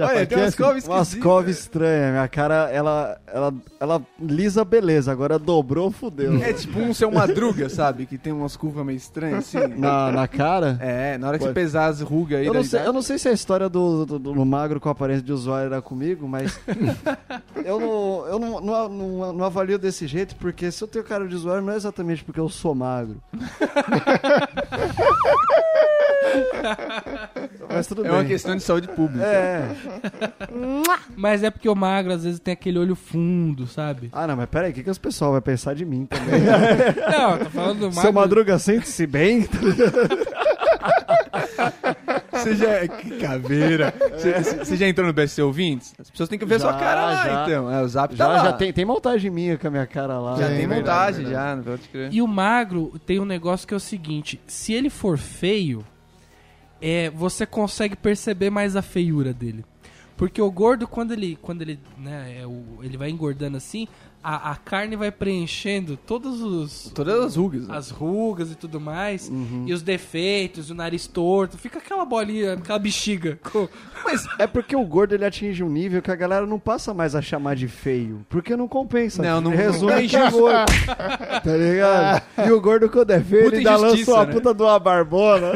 Speaker 2: Olha, tem umas
Speaker 3: Chapaquece?
Speaker 2: covas
Speaker 4: Umas
Speaker 2: esquisitas.
Speaker 4: covas estranhas, minha cara, ela, ela, ela lisa beleza, agora dobrou, fudeu.
Speaker 2: É tipo um seu madruga, sabe? Que tem umas curvas meio estranhas assim.
Speaker 4: Na, na cara?
Speaker 2: É, na hora que
Speaker 4: Pode.
Speaker 2: você pesar as rugas aí.
Speaker 4: Eu não,
Speaker 2: da
Speaker 4: sei,
Speaker 2: idade-
Speaker 4: eu não sei se é a história do, do, do magro com aparência de usuário era comigo, mas <laughs> eu, não, eu não, não, não- não avalio desse jeito, porque se eu tenho cara de usuário, não é exatamente porque eu sou <laughs> magro. mas tudo
Speaker 2: É
Speaker 4: bem.
Speaker 2: uma questão de saúde
Speaker 4: <laughs>
Speaker 2: pública.
Speaker 4: É.
Speaker 1: Mas é porque o magro às vezes tem aquele olho fundo, sabe?
Speaker 4: Ah, não, mas peraí, o que, que os pessoal vai pensar de mim também? <laughs>
Speaker 1: Não, eu tô falando do magro.
Speaker 4: Seu Madruga, sente-se bem.
Speaker 2: Você já. Que caveira. Você, você já entrou no BSC Ouvintes? As pessoas têm que ver
Speaker 4: Já,
Speaker 2: sua cara lá,
Speaker 4: já.
Speaker 2: então. É, o zap tá
Speaker 4: Já,
Speaker 2: lá.
Speaker 4: já tem, tem montagem minha com a minha cara lá. É
Speaker 2: Já
Speaker 3: Tem,
Speaker 2: tem
Speaker 3: verdade,
Speaker 2: montagem,
Speaker 3: verdade.
Speaker 2: já, não pode crer.
Speaker 1: É. E o magro tem um negócio que é o seguinte: se ele for feio, é, você consegue perceber mais a feiura dele. Porque o gordo, quando ele, quando ele, né, é o- ele vai engordando assim, a, a carne vai preenchendo todos os.
Speaker 2: Todas as rugas. né?
Speaker 1: As rugas e tudo mais, e os defeitos, o nariz torto, fica aquela bolinha, aquela bexiga. com-
Speaker 4: É porque o gordo ele atinge um nível que a galera não passa mais a chamar de feio. Porque não compensa.
Speaker 2: Não, não-
Speaker 4: Resume que o gordo.
Speaker 3: <laughs>
Speaker 4: Tá ligado? E o gordo quando é feio,
Speaker 2: Puta
Speaker 4: ele ainda lança
Speaker 2: injustiça,
Speaker 4: uma
Speaker 2: né?
Speaker 4: puta de uma barbona.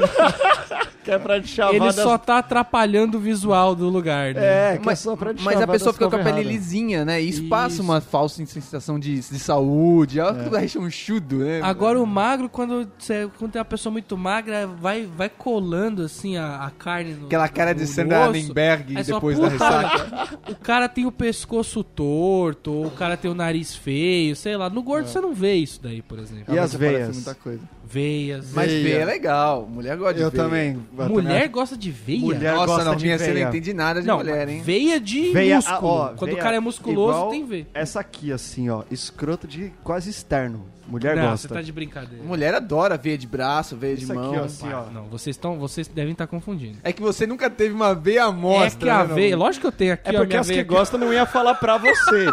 Speaker 4: que é pra te chamar
Speaker 1: Ele
Speaker 4: das...
Speaker 1: só tá atrapalhando o visual do lugar, né?
Speaker 4: É, que é só pra te
Speaker 2: Mas a
Speaker 4: chamar
Speaker 2: pessoa
Speaker 4: das
Speaker 2: fica com a
Speaker 4: cobras
Speaker 2: pele
Speaker 4: erradas.
Speaker 2: lisinha, né? E isso,
Speaker 1: Isso.
Speaker 2: passa uma falsa sensação de, de saúde. Ela tudo é rechonchudo, né?
Speaker 1: Agora o magro, quando, você- quando tem uma pessoa muito magra, vai, vai colando assim a, a carne no
Speaker 2: Aquela cara de
Speaker 1: no- no
Speaker 2: Sandra
Speaker 1: osso.
Speaker 2: Lindbergh
Speaker 1: Aí você
Speaker 2: depois da
Speaker 1: fala, "Puta,
Speaker 2: ressaca.
Speaker 1: O cara tem o pescoço torto, ou o cara tem o nariz feio, sei lá. No gordo você não vê isso daí, por exemplo.
Speaker 4: E
Speaker 3: Realmente
Speaker 4: as
Speaker 3: aparece
Speaker 4: veias?
Speaker 3: Muita coisa.
Speaker 1: Veias.
Speaker 2: Mas
Speaker 3: Veia.
Speaker 2: veia é legal. Mulher gosta de
Speaker 4: Eu
Speaker 2: veia.
Speaker 4: também. eu
Speaker 1: mulher
Speaker 4: também-
Speaker 1: gosta de veia?
Speaker 4: Mulher
Speaker 2: Nossa,
Speaker 4: gosta de
Speaker 2: Norminha, você
Speaker 4: veia.
Speaker 2: não entende nada de
Speaker 1: não,
Speaker 2: mulher, hein?
Speaker 1: veia de
Speaker 4: Veia,
Speaker 1: músculo.
Speaker 4: ó,
Speaker 1: Quando
Speaker 4: veia
Speaker 1: o cara é musculoso,
Speaker 4: igual
Speaker 1: tem veia.
Speaker 4: Essa aqui, assim, ó. Escroto de quase externo. Mulher
Speaker 1: Não,
Speaker 4: gosta.
Speaker 1: você tá de brincadeira.
Speaker 2: Mulher adora veia de braço, veia de
Speaker 4: Isso
Speaker 2: mão.
Speaker 4: aqui, ó, assim, ó.
Speaker 1: Não, vocês, tão, vocês devem estar confundindo.
Speaker 2: É que você nunca teve uma veia amostra.
Speaker 1: é que a
Speaker 2: né,
Speaker 1: veia...
Speaker 2: Norminha?
Speaker 1: Lógico que eu tenho aqui,
Speaker 4: É
Speaker 1: ó,
Speaker 4: porque
Speaker 1: minha
Speaker 4: as
Speaker 1: veia
Speaker 4: que
Speaker 1: aqui.
Speaker 4: gostam não ia falar pra <laughs> você.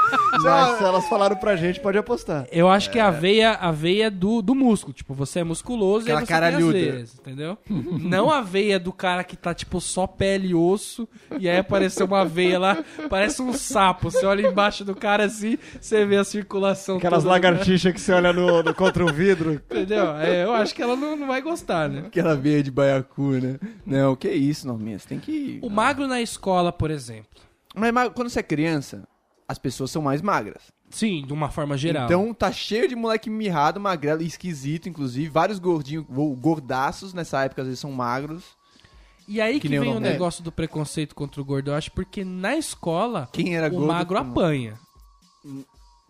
Speaker 4: mas se elas falaram pra gente, pode apostar.
Speaker 1: Eu acho que é a veia, a veia do, do músculo. Tipo, você é musculoso e
Speaker 2: Aquela
Speaker 1: aí você
Speaker 2: caralhuda.
Speaker 1: tem as veias, entendeu? <laughs> Não a veia do cara que tá, tipo, só pele e osso e aí apareceu uma veia lá, parece um sapo. Você olha embaixo do cara assim, você vê a circulação
Speaker 4: Aquelas
Speaker 1: toda, né?
Speaker 4: lagartixas que você olha no, no- contra o <laughs> vidro.
Speaker 1: <laughs> Entendeu? É, eu acho que ela não, não vai gostar, né?
Speaker 2: Aquela veia de baiacu, né? Não, que isso, Norminha. Você tem que...
Speaker 1: O magro na escola, por exemplo.
Speaker 2: Mas ma- quando você é criança, as pessoas são mais magras.
Speaker 1: Sim, de uma forma geral.
Speaker 2: Então tá cheio de moleque mirrado, magrelo, esquisito, inclusive. Vários gordinhos, ou gordaços nessa época, às vezes são magros.
Speaker 1: e aí que,
Speaker 2: que nem o
Speaker 1: vem o
Speaker 2: nome. É.
Speaker 1: negócio do preconceito contra o gordo, eu acho, porque na escola
Speaker 2: Quem
Speaker 1: o
Speaker 2: era É
Speaker 1: Um
Speaker 2: gordo... Hum.
Speaker 1: magro
Speaker 2: como-
Speaker 1: apanha.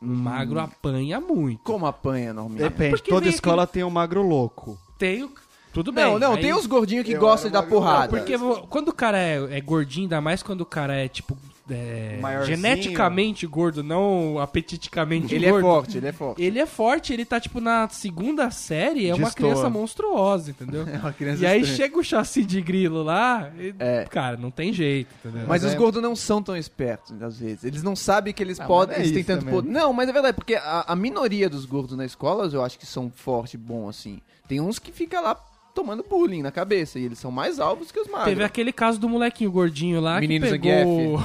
Speaker 1: O magro
Speaker 2: Hum.
Speaker 1: apanha muito.
Speaker 2: Como apanha,
Speaker 1: É,
Speaker 2: Norminha?
Speaker 4: Depende,
Speaker 1: Porque
Speaker 4: toda
Speaker 1: vem
Speaker 4: escola tem um magro louco.
Speaker 1: Tenho. Tudo bem.
Speaker 2: Não, não,
Speaker 1: aí-
Speaker 2: tem os gordinhos que
Speaker 3: Eu
Speaker 2: gostam de
Speaker 3: era
Speaker 2: dar porrada.
Speaker 1: Porque vo- quando o cara é, é gordinho, ainda mais quando o cara é, tipo, é,
Speaker 4: Maiorzinho.
Speaker 1: geneticamente gordo, não apetiticamente
Speaker 2: Ele é
Speaker 1: gordo.
Speaker 2: forte, ele é forte.
Speaker 1: Ele é forte, ele tá, tipo, na segunda série, é uma
Speaker 4: Destoa.
Speaker 1: criança monstruosa, entendeu?
Speaker 2: <laughs> É uma criança
Speaker 1: E aí
Speaker 2: estranha.
Speaker 1: chega o chassi de grilo lá, e,
Speaker 2: É.
Speaker 1: cara, não tem jeito, entendeu?
Speaker 2: Mas
Speaker 3: Mas
Speaker 2: os
Speaker 3: é-
Speaker 2: gordos não são tão espertos, às vezes. Eles não sabem que eles
Speaker 3: Ah, mas
Speaker 2: podem.
Speaker 3: não é
Speaker 2: eles têm
Speaker 3: isso
Speaker 2: tanto
Speaker 3: também.
Speaker 2: poder. Não, mas é verdade, porque a, a minoria dos gordos na escola, eu acho que são forte, bom, assim. Tem uns que ficam lá tomando bullying na cabeça. E eles são mais alvos que os magros.
Speaker 1: Teve aquele caso do molequinho gordinho lá
Speaker 2: Meninos
Speaker 1: que
Speaker 2: NGF.
Speaker 1: pegou,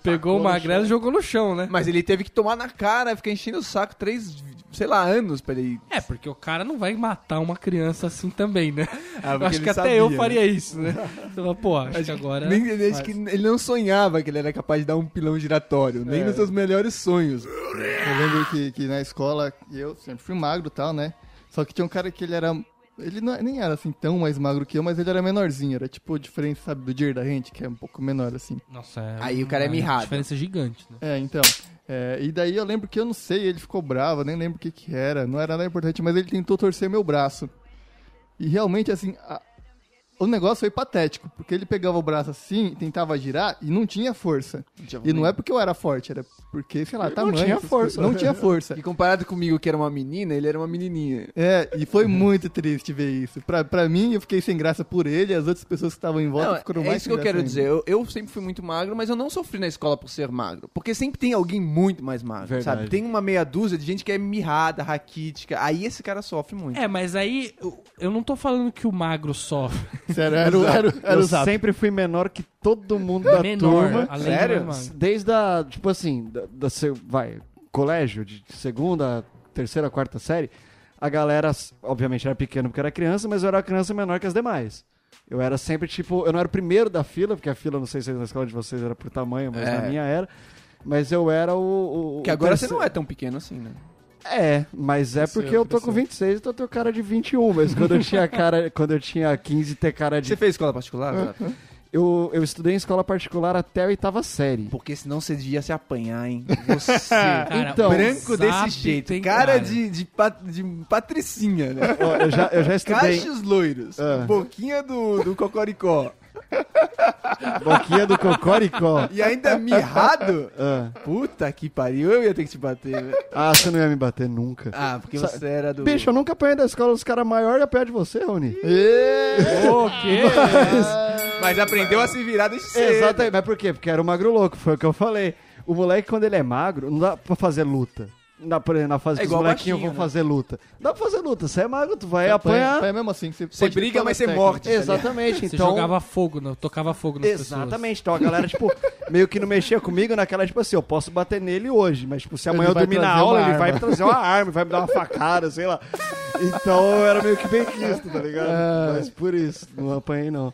Speaker 1: <laughs> pegou o magrelo e jogou no chão, né?
Speaker 2: Mas ele teve que tomar na cara, ficar enchendo o saco três, sei lá, anos pra ele.
Speaker 1: É, porque o cara não vai matar uma criança assim também, né?
Speaker 2: Ah,
Speaker 1: Eu acho que até eu faria isso,
Speaker 2: <laughs>
Speaker 1: né? Então, pô, acho, que agora.
Speaker 2: Nem, ele- acho que ele não sonhava que ele era capaz de dar um pilão giratório, nem nos seus melhores sonhos.
Speaker 3: Eu lembro que, que na escola, eu sempre fui magro e tal, né? Só que tinha um cara que ele era. Ele não- nem era assim tão mais magro que eu, mas ele era menorzinho. Era tipo diferente, sabe, do Jair da gente, que é um pouco menor assim.
Speaker 1: Nossa, é
Speaker 2: Aí o cara é
Speaker 1: uma
Speaker 2: mirrado.
Speaker 1: diferença gigante, né?
Speaker 3: É, então. é, e daí eu lembro que eu não sei, ele ficou bravo, nem lembro o que que era, não era nada importante, mas ele tentou torcer meu braço. E realmente, assim, a- o negócio foi patético, porque ele pegava o braço assim, tentava girar e não tinha força. E não é porque eu era forte, era porque, sei lá, tamanho.
Speaker 4: tinha
Speaker 3: essas
Speaker 4: força.
Speaker 3: coisas. Não tinha força.
Speaker 2: E comparado comigo, que era uma menina, ele era uma menininha.
Speaker 3: É, e
Speaker 2: Uhum.
Speaker 3: foi muito triste ver isso. Pra, pra mim, eu fiquei sem graça por ele, as outras pessoas que estavam em volta
Speaker 2: Não,
Speaker 3: ficaram
Speaker 2: é
Speaker 3: mais
Speaker 2: isso
Speaker 3: sem
Speaker 2: que eu
Speaker 3: graça
Speaker 2: quero
Speaker 3: ainda.
Speaker 2: dizer. Eu, eu sempre fui muito magro, mas eu não sofri na escola por ser magro. Porque sempre tem alguém muito mais magro,
Speaker 4: Verdade.
Speaker 2: sabe? Tem uma meia dúzia de gente que é mirrada, raquítica. Aí esse cara sofre muito.
Speaker 1: É, mas aí eu- eu não tô falando que o magro sofre.
Speaker 3: Sério, era, o- era, o- era
Speaker 4: eu
Speaker 3: o Zap.
Speaker 4: sempre fui menor que todo mundo da
Speaker 1: É Menor,
Speaker 4: turma.
Speaker 1: além de
Speaker 4: Sério?
Speaker 1: mais magro.
Speaker 4: Desde a, tipo assim, da, da se- vai, colégio, de segunda, terceira, quarta série, a galera, s- obviamente, era pequena porque era criança, mas eu era a criança menor que as demais. Eu era sempre, tipo, eu não era o primeiro da fila, porque a fila, não sei se na escola de vocês era por tamanho, mas
Speaker 2: É.
Speaker 4: na minha era. Mas eu era o. o-
Speaker 2: Que
Speaker 4: o
Speaker 2: agora você
Speaker 4: terceiro-
Speaker 2: não é tão pequeno assim, né?
Speaker 4: é, mas é
Speaker 1: Cresceu,
Speaker 4: porque eu tô com
Speaker 1: cresceu.
Speaker 4: 26 e tô teu cara de 21, mas quando eu tinha cara, <laughs> quando eu tinha 15 ter cara
Speaker 2: Você
Speaker 4: de
Speaker 2: fez escola particular? Zap?
Speaker 4: eu, eu estudei em escola particular até a oitava série.
Speaker 2: Porque senão você devia se apanhar, hein?
Speaker 4: <laughs>
Speaker 2: Você.
Speaker 1: Cara,
Speaker 4: então,
Speaker 2: branco
Speaker 1: Zap
Speaker 2: desse jeito.
Speaker 1: tem
Speaker 2: Cara,
Speaker 1: cara.
Speaker 2: De, de, pat- de patricinha,
Speaker 4: <laughs>
Speaker 2: né?
Speaker 4: Ó, eu já, eu já estudei
Speaker 2: Cachos loiros.
Speaker 4: Ah.
Speaker 2: Boquinha do, do Cocoricó.
Speaker 4: boquinha do Cocoricó.
Speaker 2: E
Speaker 4: <laughs>
Speaker 2: ainda mirrado?
Speaker 4: Ah,
Speaker 2: Puta que pariu, eu ia ter que te bater. velho.
Speaker 4: ah, você não ia me bater nunca.
Speaker 2: Ah, porque
Speaker 4: Sa-
Speaker 2: você era do.
Speaker 4: Bicho, eu nunca apanhei da escola, os caras maiores apanham de você, Rony.
Speaker 1: O quê?
Speaker 2: Mas aprendeu a se virar desde cedo.
Speaker 4: Exatamente, mas por quê? Porque era o magro louco, foi o que eu falei. O moleque, quando ele é magro, não dá pra fazer luta. Não dá, por exemplo, na fase
Speaker 2: É
Speaker 4: que os
Speaker 2: igual
Speaker 4: molequinhos
Speaker 2: baixinho,
Speaker 4: vão
Speaker 2: né?
Speaker 4: fazer luta. Não dá pra fazer luta, você é magro, tu vai
Speaker 3: Apanha-
Speaker 4: apanhar.
Speaker 3: apanha mesmo assim. que Você,
Speaker 2: Você
Speaker 3: pode ter
Speaker 2: briga,
Speaker 3: todas
Speaker 2: mas
Speaker 3: as
Speaker 2: você é tá
Speaker 3: técnicas.
Speaker 2: morde. <laughs>
Speaker 4: Exatamente,
Speaker 1: Você
Speaker 4: então...
Speaker 1: jogava fogo, não, tocava fogo nas
Speaker 4: Exatamente, então a galera, tipo, meio que não mexia comigo naquela, tipo assim, eu posso bater nele hoje, mas, tipo, se
Speaker 3: Ele
Speaker 4: amanhã eu
Speaker 3: vai
Speaker 4: dormir na
Speaker 3: trazer
Speaker 4: aula,
Speaker 3: uma
Speaker 4: ele vai
Speaker 3: arma.
Speaker 4: me trazer uma arma, vai me dar uma facada, sei lá. Então eu era meio que benquisto, tá ligado?
Speaker 3: Ah.
Speaker 4: Mas por isso, não apanhei não.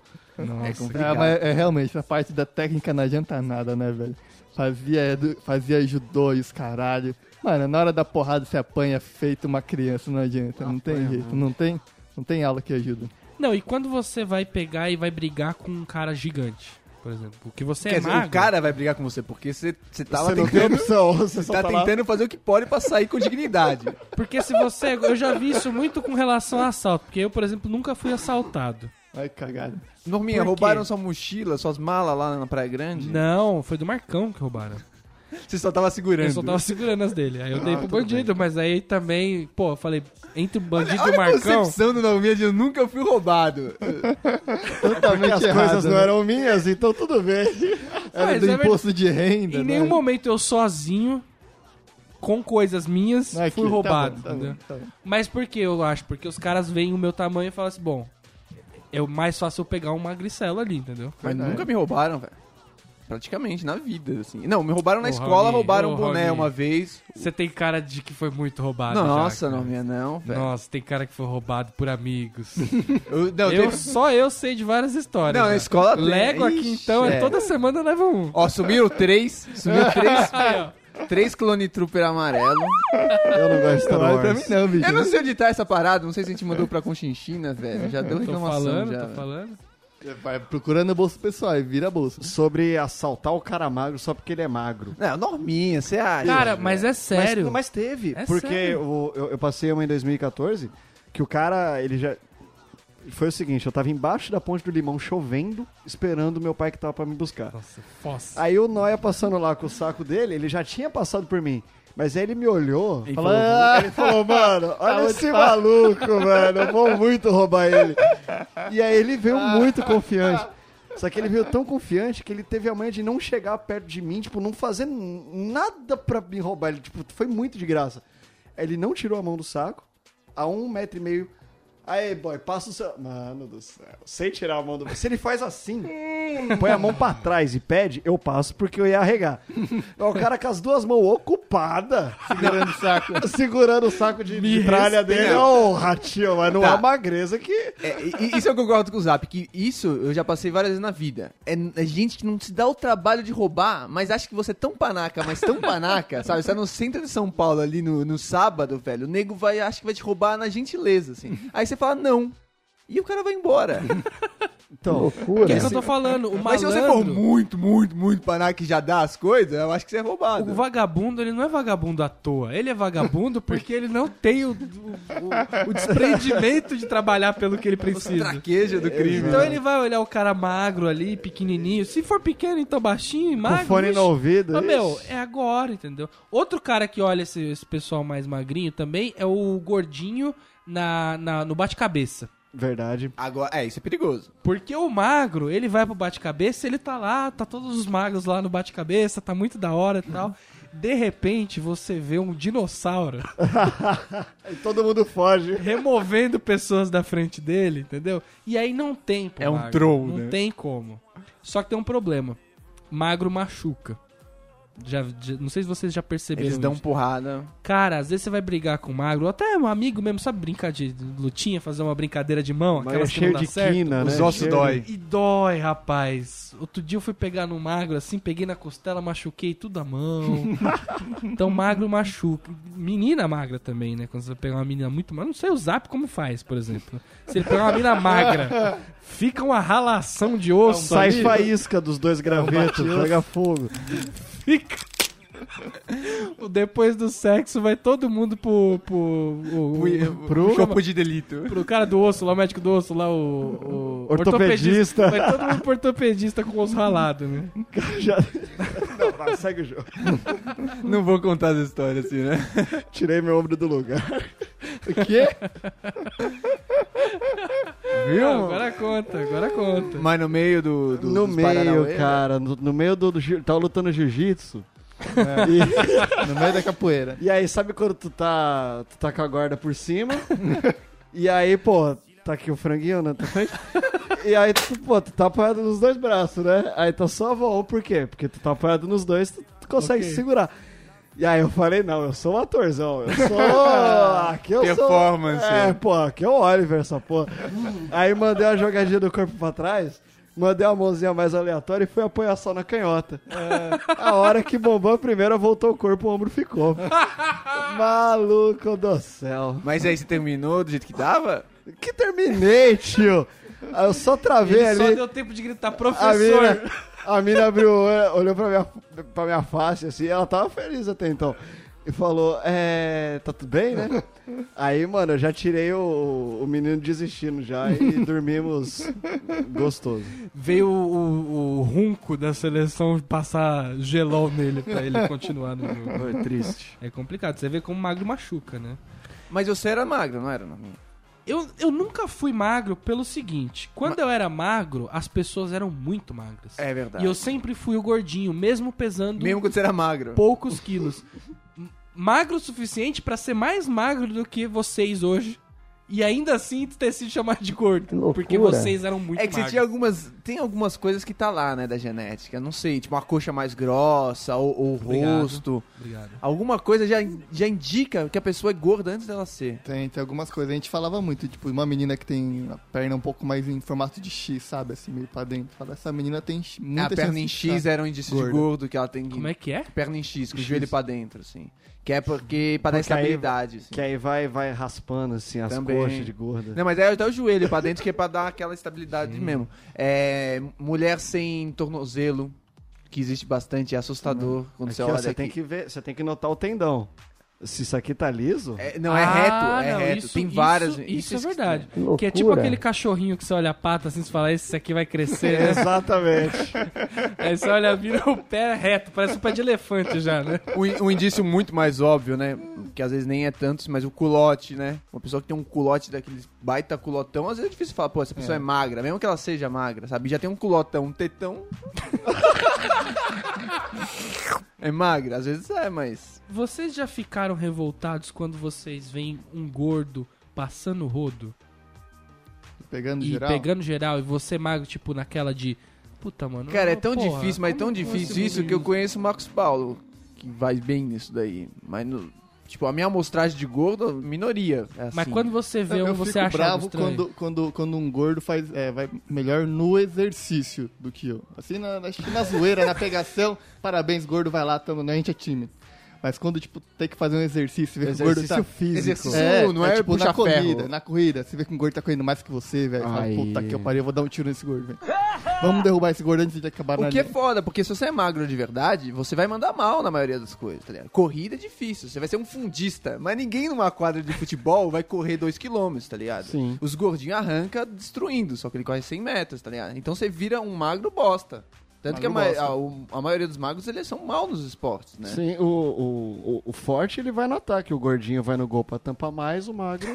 Speaker 2: É
Speaker 1: pessoas. Nossa.
Speaker 3: Ah, mas é, realmente, a parte da técnica não adianta nada, né, velho? Fazia, edu- fazia judô e os caralho. Mano, na hora da porrada você apanha feito uma criança, não adianta. Não tem jeito, não tem, não tem aula que ajuda.
Speaker 1: Não, e quando você vai pegar e vai brigar com um cara gigante, por exemplo, porque você
Speaker 2: Quer
Speaker 1: é
Speaker 2: dizer,
Speaker 1: magro.
Speaker 2: o cara vai brigar com você, porque você, você tava
Speaker 4: você não tem
Speaker 2: tentando.
Speaker 4: opção, você só
Speaker 2: Tá
Speaker 4: tá, lá.
Speaker 2: tentando fazer o que pode pra sair com
Speaker 4: <laughs>
Speaker 2: dignidade.
Speaker 1: Porque se você, eu já vi isso muito com relação a assalto, porque eu, por exemplo, nunca fui assaltado.
Speaker 3: Ai, cagado.
Speaker 2: Norminha,
Speaker 1: Por quê?
Speaker 2: roubaram sua mochila, suas malas lá na Praia Grande?
Speaker 1: Não, foi do Marcão que roubaram.
Speaker 2: Você só tava segurando.
Speaker 1: Eu só tava segurando as dele. Aí eu
Speaker 3: Ah,
Speaker 1: dei pro bandido, mas aí também, pô, eu falei, entre o bandido
Speaker 2: Olha
Speaker 1: e o
Speaker 2: a
Speaker 1: Marcão.
Speaker 2: concepção do Norminha de eu nunca fui roubado.
Speaker 4: Porque
Speaker 3: Totalmente
Speaker 4: as
Speaker 3: errado,
Speaker 4: coisas não
Speaker 3: né?
Speaker 4: eram minhas, então tudo bem.
Speaker 3: Era
Speaker 1: Mas
Speaker 3: do
Speaker 1: é verdade.
Speaker 3: imposto de renda,
Speaker 1: Em
Speaker 3: né?
Speaker 1: nenhum momento eu sozinho, com coisas minhas,
Speaker 3: Aqui,
Speaker 1: fui
Speaker 3: tá
Speaker 1: roubado.
Speaker 3: bom, tá bom,
Speaker 1: entendeu?
Speaker 3: tá bom.
Speaker 1: Mas por que eu acho? Porque os caras veem o meu tamanho e falam assim, bom, é mais fácil eu pegar um magricelo ali, entendeu?
Speaker 2: Mas nunca me roubaram, velho. Praticamente, na vida, assim. Não, me roubaram na
Speaker 1: Ô,
Speaker 2: escola,
Speaker 1: Raoni,
Speaker 2: roubaram
Speaker 1: ô, Ah,
Speaker 2: um boné
Speaker 1: Raoni.
Speaker 2: uma vez.
Speaker 1: Você tem cara de que foi muito roubado. já,
Speaker 2: Nossa,
Speaker 1: cara.
Speaker 2: Norminha, não, velho.
Speaker 1: Nossa, tem cara que foi roubado por amigos.
Speaker 2: Eu, não,
Speaker 1: Eu-
Speaker 2: teve-
Speaker 1: Só eu sei de várias histórias.
Speaker 2: Não, na
Speaker 1: né?
Speaker 2: escola tem.
Speaker 1: Lego aqui,
Speaker 2: Ixi,
Speaker 1: então, é.
Speaker 2: é.
Speaker 1: toda semana leva um.
Speaker 2: Ó, sumiram três. Sumiu três.
Speaker 1: Aí, ó. <laughs>
Speaker 2: três clone trooper amarelo.
Speaker 4: Eu não gosto de Star
Speaker 3: Não é pra
Speaker 4: Wars.
Speaker 3: mim não, bicho.
Speaker 2: Eu não sei onde tá essa parada, não sei se a gente mandou pra Conchinchina, velho. Já deu
Speaker 1: É. Tô
Speaker 2: reclamação
Speaker 1: falando,
Speaker 2: já.
Speaker 1: tô
Speaker 2: velho.
Speaker 1: falando.
Speaker 3: Vai procurando o bolso pessoal e vira bolso.
Speaker 4: Sobre assaltar o cara magro só porque ele é magro.
Speaker 2: Não, norminha, você acha?
Speaker 1: Cara, mas é
Speaker 4: Mas-
Speaker 1: sério.
Speaker 4: Mas, teve,
Speaker 1: É
Speaker 4: porque
Speaker 1: sério.
Speaker 4: o- eu, eu passei uma em 2014 que o cara, ele já. Foi o seguinte, eu tava embaixo da ponte do limão chovendo, esperando meu pai que tava pra me buscar.
Speaker 1: Nossa, fossa.
Speaker 4: Aí o Noia passando lá com o saco dele, ele já tinha passado por mim. Mas aí ele me olhou e falou, ele falou, mano, olha esse maluco, mano, eu vou muito roubar ele. E aí ele veio muito confiante. Só que ele veio tão confiante que ele teve a manha de não chegar perto de mim, tipo, não fazer n- nada pra me roubar. Ele, tipo, foi muito de graça. Ele não tirou a mão do saco, a um metro e meio. Aí, boy, passa o seu. Mano do céu. Sem tirar a mão do. Se ele faz assim, põe a mão pra trás e pede, eu passo porque eu ia arregar. O cara com as duas mãos ocupadas,
Speaker 3: Segurando o saco.
Speaker 4: <laughs> segurando o saco de,
Speaker 1: Me
Speaker 4: de tralha dele.
Speaker 2: respeita.
Speaker 4: Ô, ratinho, mas não
Speaker 2: Tá.
Speaker 4: é uma magreza que.
Speaker 2: É, e- e- isso eu concordo com o Zap, que isso eu já passei várias vezes na vida. É, é gente que não se dá o trabalho de roubar, mas acha que você é tão panaca, mas tão panaca, <laughs> sabe? Você tá no centro de São Paulo ali no, no sábado, velho, o nego vai, acha que vai te roubar na gentileza, assim. Aí você fala não. E o cara vai embora.
Speaker 4: Então,
Speaker 1: O que, é que eu tô falando? O malandro,
Speaker 2: Mas se você for muito, muito, muito panaca e já dá as coisas, eu acho que você é roubado.
Speaker 1: o vagabundo, ele não é vagabundo à toa. Ele é vagabundo porque ele não tem o, o, o- o desprendimento de trabalhar pelo que ele precisa.
Speaker 2: É Traquejo do crime.
Speaker 1: Então ele vai olhar o cara magro ali, pequenininho. Se for pequeno, então baixinho e
Speaker 4: com
Speaker 1: magro.
Speaker 4: fone
Speaker 1: vixe.
Speaker 4: no ouvido.
Speaker 1: Ah, meu,
Speaker 4: ixi.
Speaker 1: é agora, entendeu? Outro cara que olha esse, esse pessoal mais magrinho também é o gordinho na, na- no bate-cabeça.
Speaker 4: Verdade.
Speaker 2: Agora, é, isso é perigoso.
Speaker 1: Porque o magro, ele vai pro bate-cabeça, ele tá lá, tá todos os magros lá no bate-cabeça, tá muito da hora e tal. De repente, você vê um dinossauro <laughs>
Speaker 4: Aí todo mundo foge.
Speaker 1: removendo pessoas da frente dele, entendeu? E aí não tem, pô,
Speaker 2: É um
Speaker 1: magro.
Speaker 2: troll,
Speaker 1: Não
Speaker 2: né?
Speaker 1: tem como. Só que tem um problema. Magro machuca. Já, já- não sei se vocês já perceberam
Speaker 2: Eles dão um
Speaker 1: isso.
Speaker 2: porrada.
Speaker 1: Cara, às vezes você vai brigar com o magro, ou até um amigo mesmo, sabe brincar de lutinha, fazer uma brincadeira de mão,
Speaker 4: Mas é
Speaker 1: aquelas que não
Speaker 4: cheio
Speaker 1: dá
Speaker 4: de
Speaker 1: certo.
Speaker 4: quina, né?
Speaker 2: Os ossos
Speaker 4: Cheio
Speaker 2: dói.
Speaker 1: E dói, rapaz. Outro dia eu fui pegar no magro, assim, peguei na costela, machuquei tudo a mão. então magro machuca. Menina magra também, né? Quando você pegar uma menina muito magra, não sei o zap como faz, por exemplo. Se ele pegar uma menina magra, fica uma ralação de
Speaker 4: de-
Speaker 1: osso
Speaker 4: Sai
Speaker 1: ali.
Speaker 4: faísca dos dois gravetos, pega fogo.
Speaker 1: <laughs> Fica... O Depois do sexo, vai todo mundo pro... pro, o- o-
Speaker 2: Pro
Speaker 1: chama-
Speaker 2: corpo de delito.
Speaker 1: pro cara do osso lá, o médico do osso lá, o... o
Speaker 4: Ortopedista.
Speaker 1: Vai todo mundo pro ortopedista com o osso ralado, né?
Speaker 4: Já... Não, vai, segue o jogo. <laughs>
Speaker 2: Não vou contar essa história assim, né?
Speaker 4: Tirei meu ombro do lugar.
Speaker 3: O
Speaker 1: <laughs>
Speaker 3: quê?
Speaker 2: Viu?
Speaker 1: Ah, agora conta, agora conta.
Speaker 2: Mas no meio do. do
Speaker 4: no
Speaker 2: dos
Speaker 4: meio,
Speaker 2: Paranauê, né?
Speaker 4: cara. No, no meio do, do jiu- Tava lutando jiu-jitsu.
Speaker 2: É.
Speaker 3: No meio da capoeira.
Speaker 4: E aí, sabe quando tu tá, tu tá com a guarda
Speaker 2: <laughs>
Speaker 4: por cima? e aí, pô, tá aqui o franguinho na tua frente. E aí, tu, pô, tu tá apoiado nos dois braços, né? Aí tá só a mão, por quê? Porque tu tá apoiado nos dois, tu, tu consegue
Speaker 1: Ok.
Speaker 4: segurar. E aí eu falei, não, eu sou um atorzão, eu
Speaker 1: <laughs>
Speaker 4: sou... Aqui eu
Speaker 2: Performance.
Speaker 4: Sou, é, pô, aqui é o Oliver, essa porra. aí mandei a jogadinha do corpo pra trás, mandei a mãozinha mais aleatória e fui apoiar só na canhota. A hora que bombou a primeira, voltou o corpo, o
Speaker 1: <laughs>
Speaker 4: ombro ficou. Maluco do céu.
Speaker 2: Mas aí você terminou do jeito que dava?
Speaker 4: Que terminei, tio. Aí Eu só travei
Speaker 1: Ele só
Speaker 4: ali.
Speaker 1: deu tempo de gritar,
Speaker 4: A mina,
Speaker 1: professor!
Speaker 4: a mina abriu o olho, olhou pra minha, pra minha face, assim, ela tava feliz até então. E falou, é. Tá tudo bem, né? Aí, mano, eu já tirei o, o menino desistindo já e dormimos gostoso.
Speaker 1: Veio o, o- o runco da seleção passar gelol nele pra ele continuar no jogo.
Speaker 4: Foi triste.
Speaker 1: É complicado, você vê como magro machuca, né?
Speaker 2: Mas você era magro, não era? Não.
Speaker 1: Eu, eu nunca fui magro pelo seguinte: quando eu era magro, as pessoas eram muito magras.
Speaker 2: É verdade.
Speaker 1: E eu sempre fui o gordinho, mesmo pesando
Speaker 2: Mesmo quando você era magro.
Speaker 1: poucos quilos. M- magro o suficiente pra ser mais magro do que vocês hoje. E ainda assim ter sido chamado de gordo. Porque vocês eram muito
Speaker 2: é que você
Speaker 1: magros.
Speaker 2: tinha algumas. Tem algumas coisas que tá lá, né, da genética. Não sei, tipo uma coxa mais grossa, ou, ou o
Speaker 1: Obrigado.
Speaker 2: rosto.
Speaker 1: Obrigado.
Speaker 2: Alguma coisa já, já indica que a pessoa é gorda antes dela ser.
Speaker 3: Tem, tem algumas coisas. A gente falava muito, tipo, uma menina que tem a perna um pouco mais em formato de X, sabe? Assim, meio pra dentro. Fala, essa menina tem x- muita
Speaker 2: Ah, a perna
Speaker 3: chance
Speaker 2: em
Speaker 3: de
Speaker 2: X
Speaker 3: ficar
Speaker 2: era um indício de
Speaker 3: gorda.
Speaker 2: gordo que ela tem que.
Speaker 1: tá Como é que é?
Speaker 2: Perna em X, com o
Speaker 3: X.
Speaker 2: joelho pra dentro, assim. Que é porque pra dar
Speaker 4: Porque aí-
Speaker 2: estabilidade. assim.
Speaker 4: Que aí vai, vai raspando, assim, as
Speaker 2: Também.
Speaker 4: coxas de gorda.
Speaker 2: Não, mas é até o joelho pra dentro, que é pra dar aquela estabilidade mesmo. É, mulher sem tornozelo, que existe bastante, é assustador quando
Speaker 4: Uhum. Aqui,
Speaker 2: você
Speaker 4: ó,
Speaker 2: olha
Speaker 4: você
Speaker 2: aqui.
Speaker 4: tem que ver, você tem que notar o tendão. Se isso aqui tá liso,
Speaker 2: É, não, é
Speaker 1: Ah,
Speaker 2: reto, é
Speaker 1: não,
Speaker 2: reto.
Speaker 1: isso-
Speaker 2: tem várias...
Speaker 1: Isso, isso é
Speaker 2: <laughs>
Speaker 1: verdade. Que, é
Speaker 4: loucura.
Speaker 1: tipo aquele cachorrinho que você olha a pata assim e fala: esse aqui vai crescer, né?
Speaker 4: <laughs>
Speaker 2: <laughs>
Speaker 4: Exatamente.
Speaker 1: Aí você olha, vira o pé reto, parece um pé de elefante já, né?
Speaker 2: Um, in- um indício muito mais óbvio, né? Que às vezes nem é tanto, mas o culote, né? Uma pessoa que tem um culote daqueles baita culotão, às vezes é difícil falar, pô, essa pessoa é, magra, mesmo que ela seja magra, sabe? Já tem um culotão, um
Speaker 4: <laughs>
Speaker 2: tetão. é magra, às vezes é, mas.
Speaker 1: Vocês já ficaram revoltados quando vocês veem um gordo passando rodo
Speaker 3: Pegando
Speaker 1: e
Speaker 3: geral.
Speaker 1: pegando geral e você magro, tipo, naquela de. Puta, mano.
Speaker 2: Cara, é
Speaker 1: não,
Speaker 2: tão
Speaker 1: porra,
Speaker 2: difícil, mas é tão
Speaker 1: como esse
Speaker 2: difícil isso que eu
Speaker 1: menino-
Speaker 2: conheço o Marcos Paulo, que vai bem nisso daí. Mas, no- tipo, a minha amostragem de gordo, minoria. é
Speaker 1: Mas
Speaker 2: assim.
Speaker 1: quando você vê
Speaker 3: Eu,
Speaker 1: um,
Speaker 3: eu
Speaker 1: você
Speaker 3: fico
Speaker 1: acha algo
Speaker 3: bravo
Speaker 1: estranho.
Speaker 3: quando, quando, quando um gordo faz, é, vai melhor no exercício do que eu. Assim, na, acho que na zoeira, na pegação, <laughs> parabéns, gordo, vai lá, tamo, né? a gente é time. Mas quando, tipo, tem que fazer um exercício, e ver que o gordo tá...
Speaker 4: Exercício físico.
Speaker 2: Exercício
Speaker 3: É,
Speaker 2: não é,
Speaker 3: tipo,
Speaker 2: puxar
Speaker 3: na
Speaker 2: ferro.
Speaker 3: corrida, na corrida. Você vê que um gordo tá correndo mais que você, velho. Fala,
Speaker 4: Aí.
Speaker 3: Puta que eu parei, eu vou dar um tiro nesse gordo, velho. Vamos derrubar esse gordo antes de acabar na
Speaker 2: O que é
Speaker 3: linha.
Speaker 2: foda, porque se você é magro de verdade, você vai mandar mal na maioria das coisas, tá ligado? Corrida é difícil, você vai ser um fundista, mas ninguém numa quadra de futebol vai correr 2km, tá ligado?
Speaker 4: Sim.
Speaker 2: Os gordinhos arranca destruindo, só que ele corre 100 metros, tá ligado? Então você vira um magro bosta. Tanto
Speaker 4: Mago
Speaker 2: que a, ma-
Speaker 4: gosta.
Speaker 2: a- o- a maioria dos magos eles são mal nos esportes, né?
Speaker 4: Sim, o, o, o, o forte ele vai no ataque, o gordinho vai no gol pra tampar mais, o <laughs> magro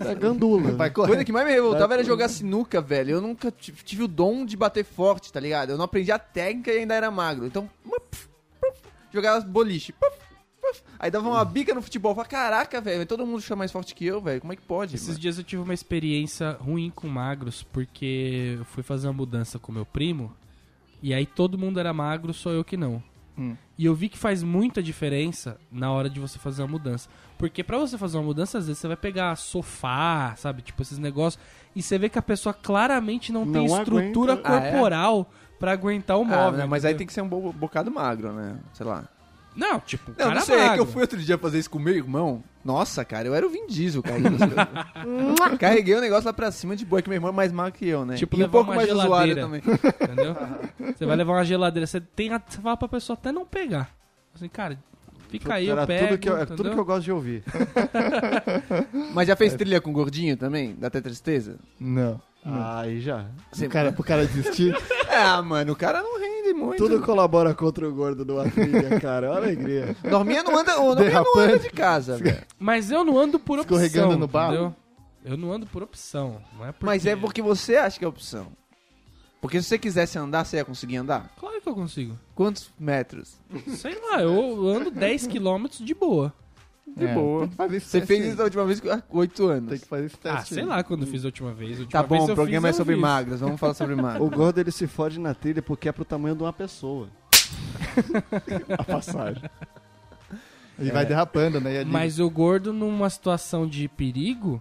Speaker 4: é gandula.
Speaker 1: né?
Speaker 3: Vai
Speaker 2: A coisa
Speaker 3: correr.
Speaker 2: que mais me revoltava era jogar sinuca, velho. Eu nunca ti- tive o dom de bater forte, tá ligado? Eu não aprendi a técnica e ainda era magro. Então, uma- puf, puf, jogava boliche. puf, puf. Aí dava uma bica no futebol. Falava, caraca, velho, todo mundo chuta mais forte que eu, velho. Como é que pode?
Speaker 1: Esses
Speaker 2: mano?"
Speaker 1: dias eu tive uma experiência ruim com magros, porque eu fui fazer uma mudança com meu primo, e aí todo mundo era magro, só eu que não.
Speaker 3: Hum.
Speaker 1: E eu vi que faz muita diferença na hora de você fazer uma mudança. Porque pra você fazer uma mudança, às vezes você vai pegar sofá, sabe? Tipo esses negócios. E você vê que a pessoa claramente não, tem
Speaker 4: Não
Speaker 1: estrutura
Speaker 4: aguenta.
Speaker 2: Ah, é?
Speaker 1: corporal pra aguentar o
Speaker 2: Ah,
Speaker 1: móvel.
Speaker 2: né, mas aí
Speaker 1: entendeu?
Speaker 2: tem que ser um bo- bocado magro, né? Sei lá.
Speaker 1: Não, tipo, o
Speaker 2: Não,
Speaker 1: cara
Speaker 2: não sei, é que
Speaker 1: magro.
Speaker 2: eu fui outro dia fazer isso com meu irmão. Nossa, cara, eu era o Vin Diesel, cara.
Speaker 1: <laughs>
Speaker 2: Eu- <laughs> Carreguei o negócio lá pra cima de boa, que meu irmão é mais magro que eu, né?
Speaker 1: Tipo,
Speaker 2: e um
Speaker 1: levar
Speaker 2: pouco
Speaker 1: uma
Speaker 2: mais usuário
Speaker 1: geladeira.
Speaker 2: também. <laughs>
Speaker 1: Entendeu? Você vai levar uma geladeira, você tem a, você fala pra pessoa até não pegar. Assim, cara, fica aí, eu
Speaker 4: Era
Speaker 1: pego,
Speaker 4: tudo que eu, é tudo
Speaker 1: entendeu?
Speaker 4: que eu gosto de ouvir.
Speaker 2: Mas
Speaker 1: <laughs>
Speaker 2: já fez trilha com gordinho também? Dá até tristeza?
Speaker 3: Não.
Speaker 4: Aí já.
Speaker 3: O cara, pro cara desistir.
Speaker 2: <laughs> Ah, mano, o cara não rende muito.
Speaker 4: Tudo colabora contra o gordo numa trilha, cara. Olha a alegria.
Speaker 2: Norminha não anda,
Speaker 3: <laughs>
Speaker 2: o Norminha não anda
Speaker 3: Derrapante.
Speaker 2: de casa,
Speaker 3: <laughs>
Speaker 2: velho.
Speaker 1: Mas eu não ando por opção.
Speaker 3: Escorregando no barro.
Speaker 1: entendeu? Eu não ando por opção. Não é porque...
Speaker 2: Mas é porque você acha que é opção. Porque se você quisesse andar, você ia conseguir andar?
Speaker 1: Claro que eu consigo.
Speaker 2: Quantos metros?
Speaker 1: Sei lá, eu ando 10km <laughs> de boa.
Speaker 3: De
Speaker 2: boa.
Speaker 3: É, Tem que fazer esse
Speaker 2: Você
Speaker 3: teste
Speaker 2: fez
Speaker 3: aí.
Speaker 2: isso da última vez com ah, com oito
Speaker 3: assim. Tem
Speaker 2: anos.
Speaker 3: que fazer esse teste.
Speaker 1: Ah, sei
Speaker 3: aí.
Speaker 1: lá quando eu fiz a última vez. A última
Speaker 2: Tá bom,
Speaker 1: vez eu
Speaker 2: o programa
Speaker 1: fiz,
Speaker 2: é
Speaker 1: eu
Speaker 2: sobre
Speaker 1: fiz.
Speaker 2: magros, vamos falar
Speaker 3: <laughs>
Speaker 2: sobre
Speaker 4: O
Speaker 2: magros.
Speaker 4: gordo ele se fode na trilha porque é pro tamanho de uma pessoa. <laughs> A passagem.
Speaker 3: E vai derrapando,
Speaker 2: É
Speaker 3: né? E ali-
Speaker 1: É. Mas o gordo numa situação de perigo,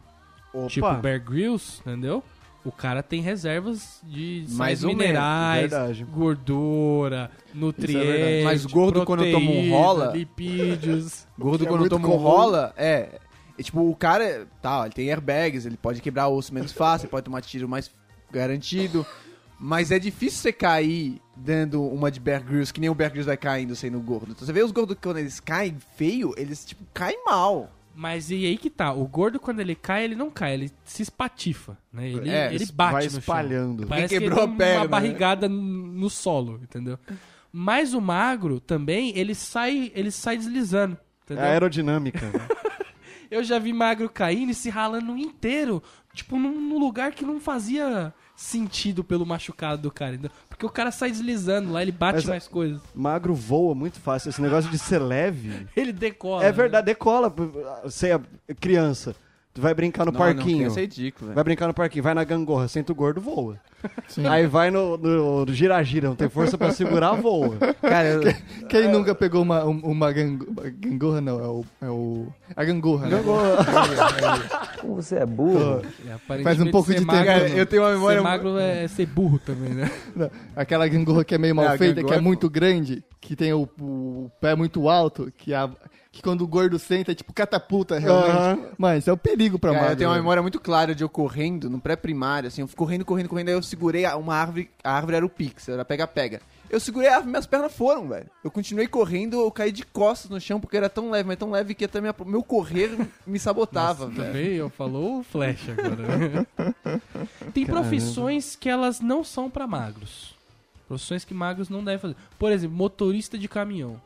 Speaker 4: Opa.
Speaker 1: tipo Bear Grylls, entendeu? O cara tem reservas de sais
Speaker 2: Mais ou menos, é
Speaker 1: minerais,
Speaker 4: verdade.
Speaker 1: gordura, nutrientes,
Speaker 2: verdade. Mas gordo, quando eu tomo um
Speaker 1: proteína,
Speaker 2: rola- <laughs>
Speaker 1: lipídios.
Speaker 2: Gordo
Speaker 4: É
Speaker 2: quando
Speaker 4: muito
Speaker 2: toma um
Speaker 4: comum.
Speaker 2: rola, é. é Tipo, o cara, tá, ele tem airbags, ele pode quebrar osso menos fácil, ele pode tomar tiro mais garantido. Mas é difícil você cair dando uma de Bear Grylls, que nem o Bear Grylls vai caindo sendo gordo. Então, você vê os gordos quando eles caem feio, eles, tipo, caem mal.
Speaker 1: Mas e aí que tá, o gordo quando ele cai, ele não cai, ele se espatifa, né? Ele,
Speaker 2: É,
Speaker 1: ele
Speaker 2: es-
Speaker 1: bate
Speaker 4: vai
Speaker 1: no chão.
Speaker 4: espalhando.
Speaker 1: Parece
Speaker 2: Ele
Speaker 1: que ele
Speaker 2: quebrou
Speaker 1: deu
Speaker 2: a perna,
Speaker 1: uma
Speaker 2: né?
Speaker 1: barrigada n- no solo, entendeu? Mas o magro também, ele sai, ele sai deslizando,
Speaker 4: É
Speaker 1: entendeu?
Speaker 4: aerodinâmica. né?
Speaker 1: Eu já vi magro caindo e se ralando inteiro, tipo, num, num lugar que não fazia sentido pelo machucado do cara. entendeu? Porque o cara sai deslizando lá, ele bate
Speaker 4: Mas é-
Speaker 1: mais coisas.
Speaker 4: Magro voa muito fácil. Esse negócio de ser leve.
Speaker 1: Ele decola.
Speaker 2: né?
Speaker 4: É verdade, decola. Você é criança. Tu vai brincar no parquinho.
Speaker 2: Isso é ridículo, velho.
Speaker 4: Vai brincar no parquinho, vai na gangorra, senta o gordo,
Speaker 1: <laughs>
Speaker 4: voa.
Speaker 3: Sim.
Speaker 4: Aí vai no, no, no gira-gira, não tem força pra segurar, voa.
Speaker 2: Cara, eu-
Speaker 1: É.
Speaker 3: Quem nunca pegou uma, um- uma gango- gangorra, não, é o, é o... A gangorra, né?
Speaker 5: Como você é burro.
Speaker 1: Né? Aparentemente,
Speaker 3: Faz um pouco
Speaker 1: ser
Speaker 3: de tempo,
Speaker 1: magro,
Speaker 2: cara,
Speaker 3: né?
Speaker 2: eu tenho uma memória.
Speaker 1: Ser magro é é ser burro também, né?
Speaker 3: Não, Aquela gangorra que é meio
Speaker 2: É,
Speaker 3: mal
Speaker 2: a
Speaker 3: feita, que
Speaker 2: gangorra
Speaker 3: é
Speaker 2: é
Speaker 3: muito grande, que tem o, o pé muito alto, que, a- que quando o gordo senta é tipo catapulta, realmente. Mas isso é um perigo pra
Speaker 2: Cara,
Speaker 3: magro.
Speaker 2: eu tenho uma memória muito clara de eu correndo no pré-primário, assim, eu fui correndo, correndo, correndo, aí eu segurei a- uma árvore, a árvore era o pix, era pega-pega. Eu segurei a árvore, minhas pernas foram, velho. Eu continuei correndo, eu caí de costas no chão, porque era tão leve, mas tão leve que até minha,
Speaker 1: <laughs>
Speaker 2: meu correr me sabotava,
Speaker 1: Nossa,
Speaker 3: É.
Speaker 2: velho.
Speaker 1: Também eu falou o Flash
Speaker 3: <laughs>
Speaker 1: agora. Tem profissões que elas não são pra magros. Profissões que magros não devem fazer. Por exemplo, motorista de caminhão.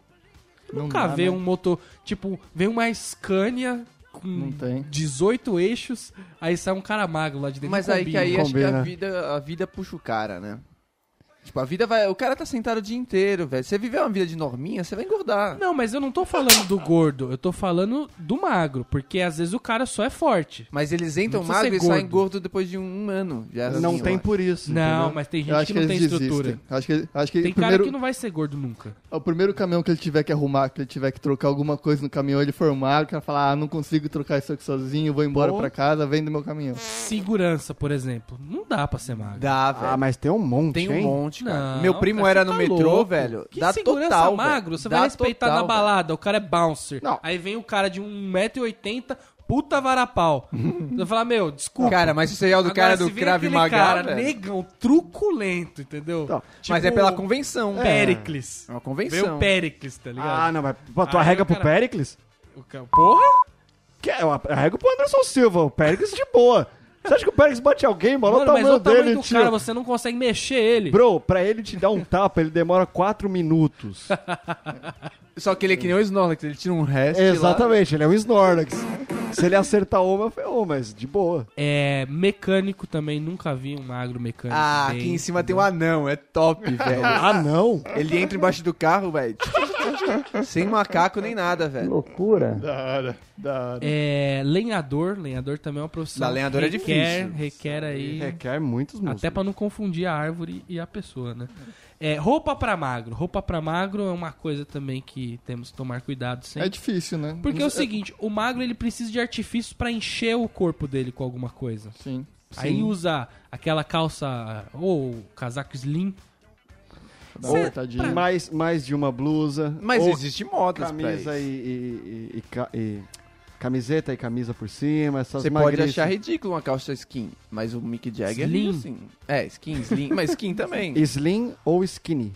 Speaker 3: Não
Speaker 1: Nunca
Speaker 3: dá,
Speaker 1: vê
Speaker 3: né?
Speaker 1: um motor. Tipo, vem uma Scania com
Speaker 3: Não tem.
Speaker 1: 18 eixos, aí sai um cara magro lá de dentro.
Speaker 2: Mas
Speaker 1: Não
Speaker 2: aí que aí
Speaker 3: é-
Speaker 1: combina.
Speaker 2: acho que a
Speaker 4: Combina.
Speaker 2: vida, a vida puxa o cara, né? Tipo, a vida vai. O cara tá sentado o dia inteiro, velho. Você viver uma vida de norminha, você vai engordar.
Speaker 1: Não, mas eu não tô falando do gordo, eu tô falando do magro, porque às vezes o cara só é forte.
Speaker 2: Mas eles entram
Speaker 1: Não precisa
Speaker 2: magro e
Speaker 1: ser
Speaker 2: saem
Speaker 1: gordo.
Speaker 2: gordo depois de um ano. Já
Speaker 4: Não
Speaker 2: assim,
Speaker 4: tem
Speaker 2: ó.
Speaker 4: por isso.
Speaker 1: não,
Speaker 4: entendeu?
Speaker 1: mas tem
Speaker 3: Eu
Speaker 1: gente
Speaker 3: acho
Speaker 1: que
Speaker 3: que,
Speaker 1: não tem
Speaker 3: eles
Speaker 1: estrutura.
Speaker 3: desistem. Acho que, acho que
Speaker 1: Tem
Speaker 3: primeiro,
Speaker 1: cara que não vai ser gordo nunca.
Speaker 3: o primeiro caminhão que ele tiver que arrumar, que ele tiver que trocar alguma coisa no caminhão, ele for magro, o cara falar, ah, não consigo trocar isso aqui sozinho, vou embora
Speaker 4: Pô.
Speaker 3: pra casa, vendo meu caminhão.
Speaker 1: Segurança, por exemplo. Não dá pra ser magro.
Speaker 2: Dá, velho.
Speaker 4: Ah, mas tem um monte,
Speaker 2: Tem um
Speaker 4: hein?
Speaker 2: monte, cara.
Speaker 1: Não,
Speaker 2: Meu primo
Speaker 1: cara,
Speaker 2: era
Speaker 1: você
Speaker 2: no
Speaker 1: tá
Speaker 2: metrô,
Speaker 1: louco.
Speaker 2: velho.
Speaker 1: Que
Speaker 2: dá
Speaker 1: segurança
Speaker 2: total,
Speaker 1: magro.
Speaker 2: velho.
Speaker 1: Você
Speaker 2: Dá
Speaker 1: vai respeitar
Speaker 2: total,
Speaker 1: na balada. O cara é bouncer.
Speaker 4: Não.
Speaker 1: Aí vem o cara de 1,80m, puta
Speaker 2: <laughs>
Speaker 1: varapau. Você vai falar, meu,
Speaker 2: velho.
Speaker 1: desculpa.
Speaker 2: Cara, mas isso aí é o do
Speaker 1: Agora,
Speaker 2: cara
Speaker 1: se
Speaker 2: do
Speaker 1: vem
Speaker 2: Crave
Speaker 1: aquele
Speaker 2: Maga,
Speaker 1: cara
Speaker 2: velho.
Speaker 1: negão, truculento, entendeu?
Speaker 4: Não,
Speaker 2: Mas
Speaker 1: Tipo,
Speaker 2: é pela convenção.
Speaker 1: Péricles.
Speaker 2: É uma
Speaker 1: Veio
Speaker 2: convenção.
Speaker 1: o Péricles, tá ligado?
Speaker 4: Ah, não, mas pô, tu
Speaker 1: Aí
Speaker 4: arrega
Speaker 1: o
Speaker 4: pro
Speaker 1: cara-
Speaker 4: Péricles? é,
Speaker 1: O cara- Porra!
Speaker 4: Que, eu arrego pro Anderson Silva, o Péricles de boa. Você acha que o Pérez bate alguém, mano?
Speaker 1: Mano, mas
Speaker 4: Olha
Speaker 1: olha
Speaker 4: o tamanho
Speaker 1: o tamanho
Speaker 4: dele,
Speaker 1: do
Speaker 4: tio.
Speaker 1: cara, você não consegue mexer ele.
Speaker 4: Bro, pra ele te dar um tapa, ele demora
Speaker 1: <laughs>
Speaker 4: 4 minutos.
Speaker 2: Só que ele é que nem o Snorlax, ele tira um resto.
Speaker 4: Exatamente, ele é um Snorlax. Se ele acertar uma, ferrou, mas de boa.
Speaker 1: É mecânico também, nunca vi um magro mecânico.
Speaker 2: Ah,
Speaker 1: bem.
Speaker 2: aqui em cima tem um anão,
Speaker 1: <laughs>
Speaker 2: é top, velho.
Speaker 4: Ah, não?
Speaker 2: Ele entra embaixo do carro, velho. Sem macaco nem nada, velho.
Speaker 5: Loucura.
Speaker 3: Da hora, da hora.
Speaker 1: É lenhador, lenhador também é uma profissão.
Speaker 2: Na lenhador é
Speaker 1: requer,
Speaker 2: difícil. É
Speaker 1: Requer aí.
Speaker 4: Requer muitos músculos.
Speaker 1: Até pra não confundir a árvore e a pessoa, né? É, roupa pra magro. Roupa pra magro é uma coisa também que temos que tomar cuidado
Speaker 3: É
Speaker 1: sempre.
Speaker 3: difícil, né?
Speaker 1: Porque é o seguinte, o magro ele precisa de artifícios pra encher o corpo dele com alguma coisa.
Speaker 3: Sim.
Speaker 1: Aí usa aquela calça ou casaco slim.
Speaker 3: Dá
Speaker 1: Cê-
Speaker 3: uma tadinha.
Speaker 4: Mais, mais de uma blusa.
Speaker 2: Mas
Speaker 4: ou
Speaker 2: existe modas
Speaker 4: camisa
Speaker 2: pra
Speaker 4: e,
Speaker 2: isso.
Speaker 4: e- e- e ca- e Camiseta e camisa por cima, essas
Speaker 2: Você pode
Speaker 4: magriças.
Speaker 2: achar ridículo uma calça skin, mas o Mick Jagger
Speaker 1: Slim.
Speaker 2: é assim. É, skin, slim, mas skin também.
Speaker 4: Slim ou skinny?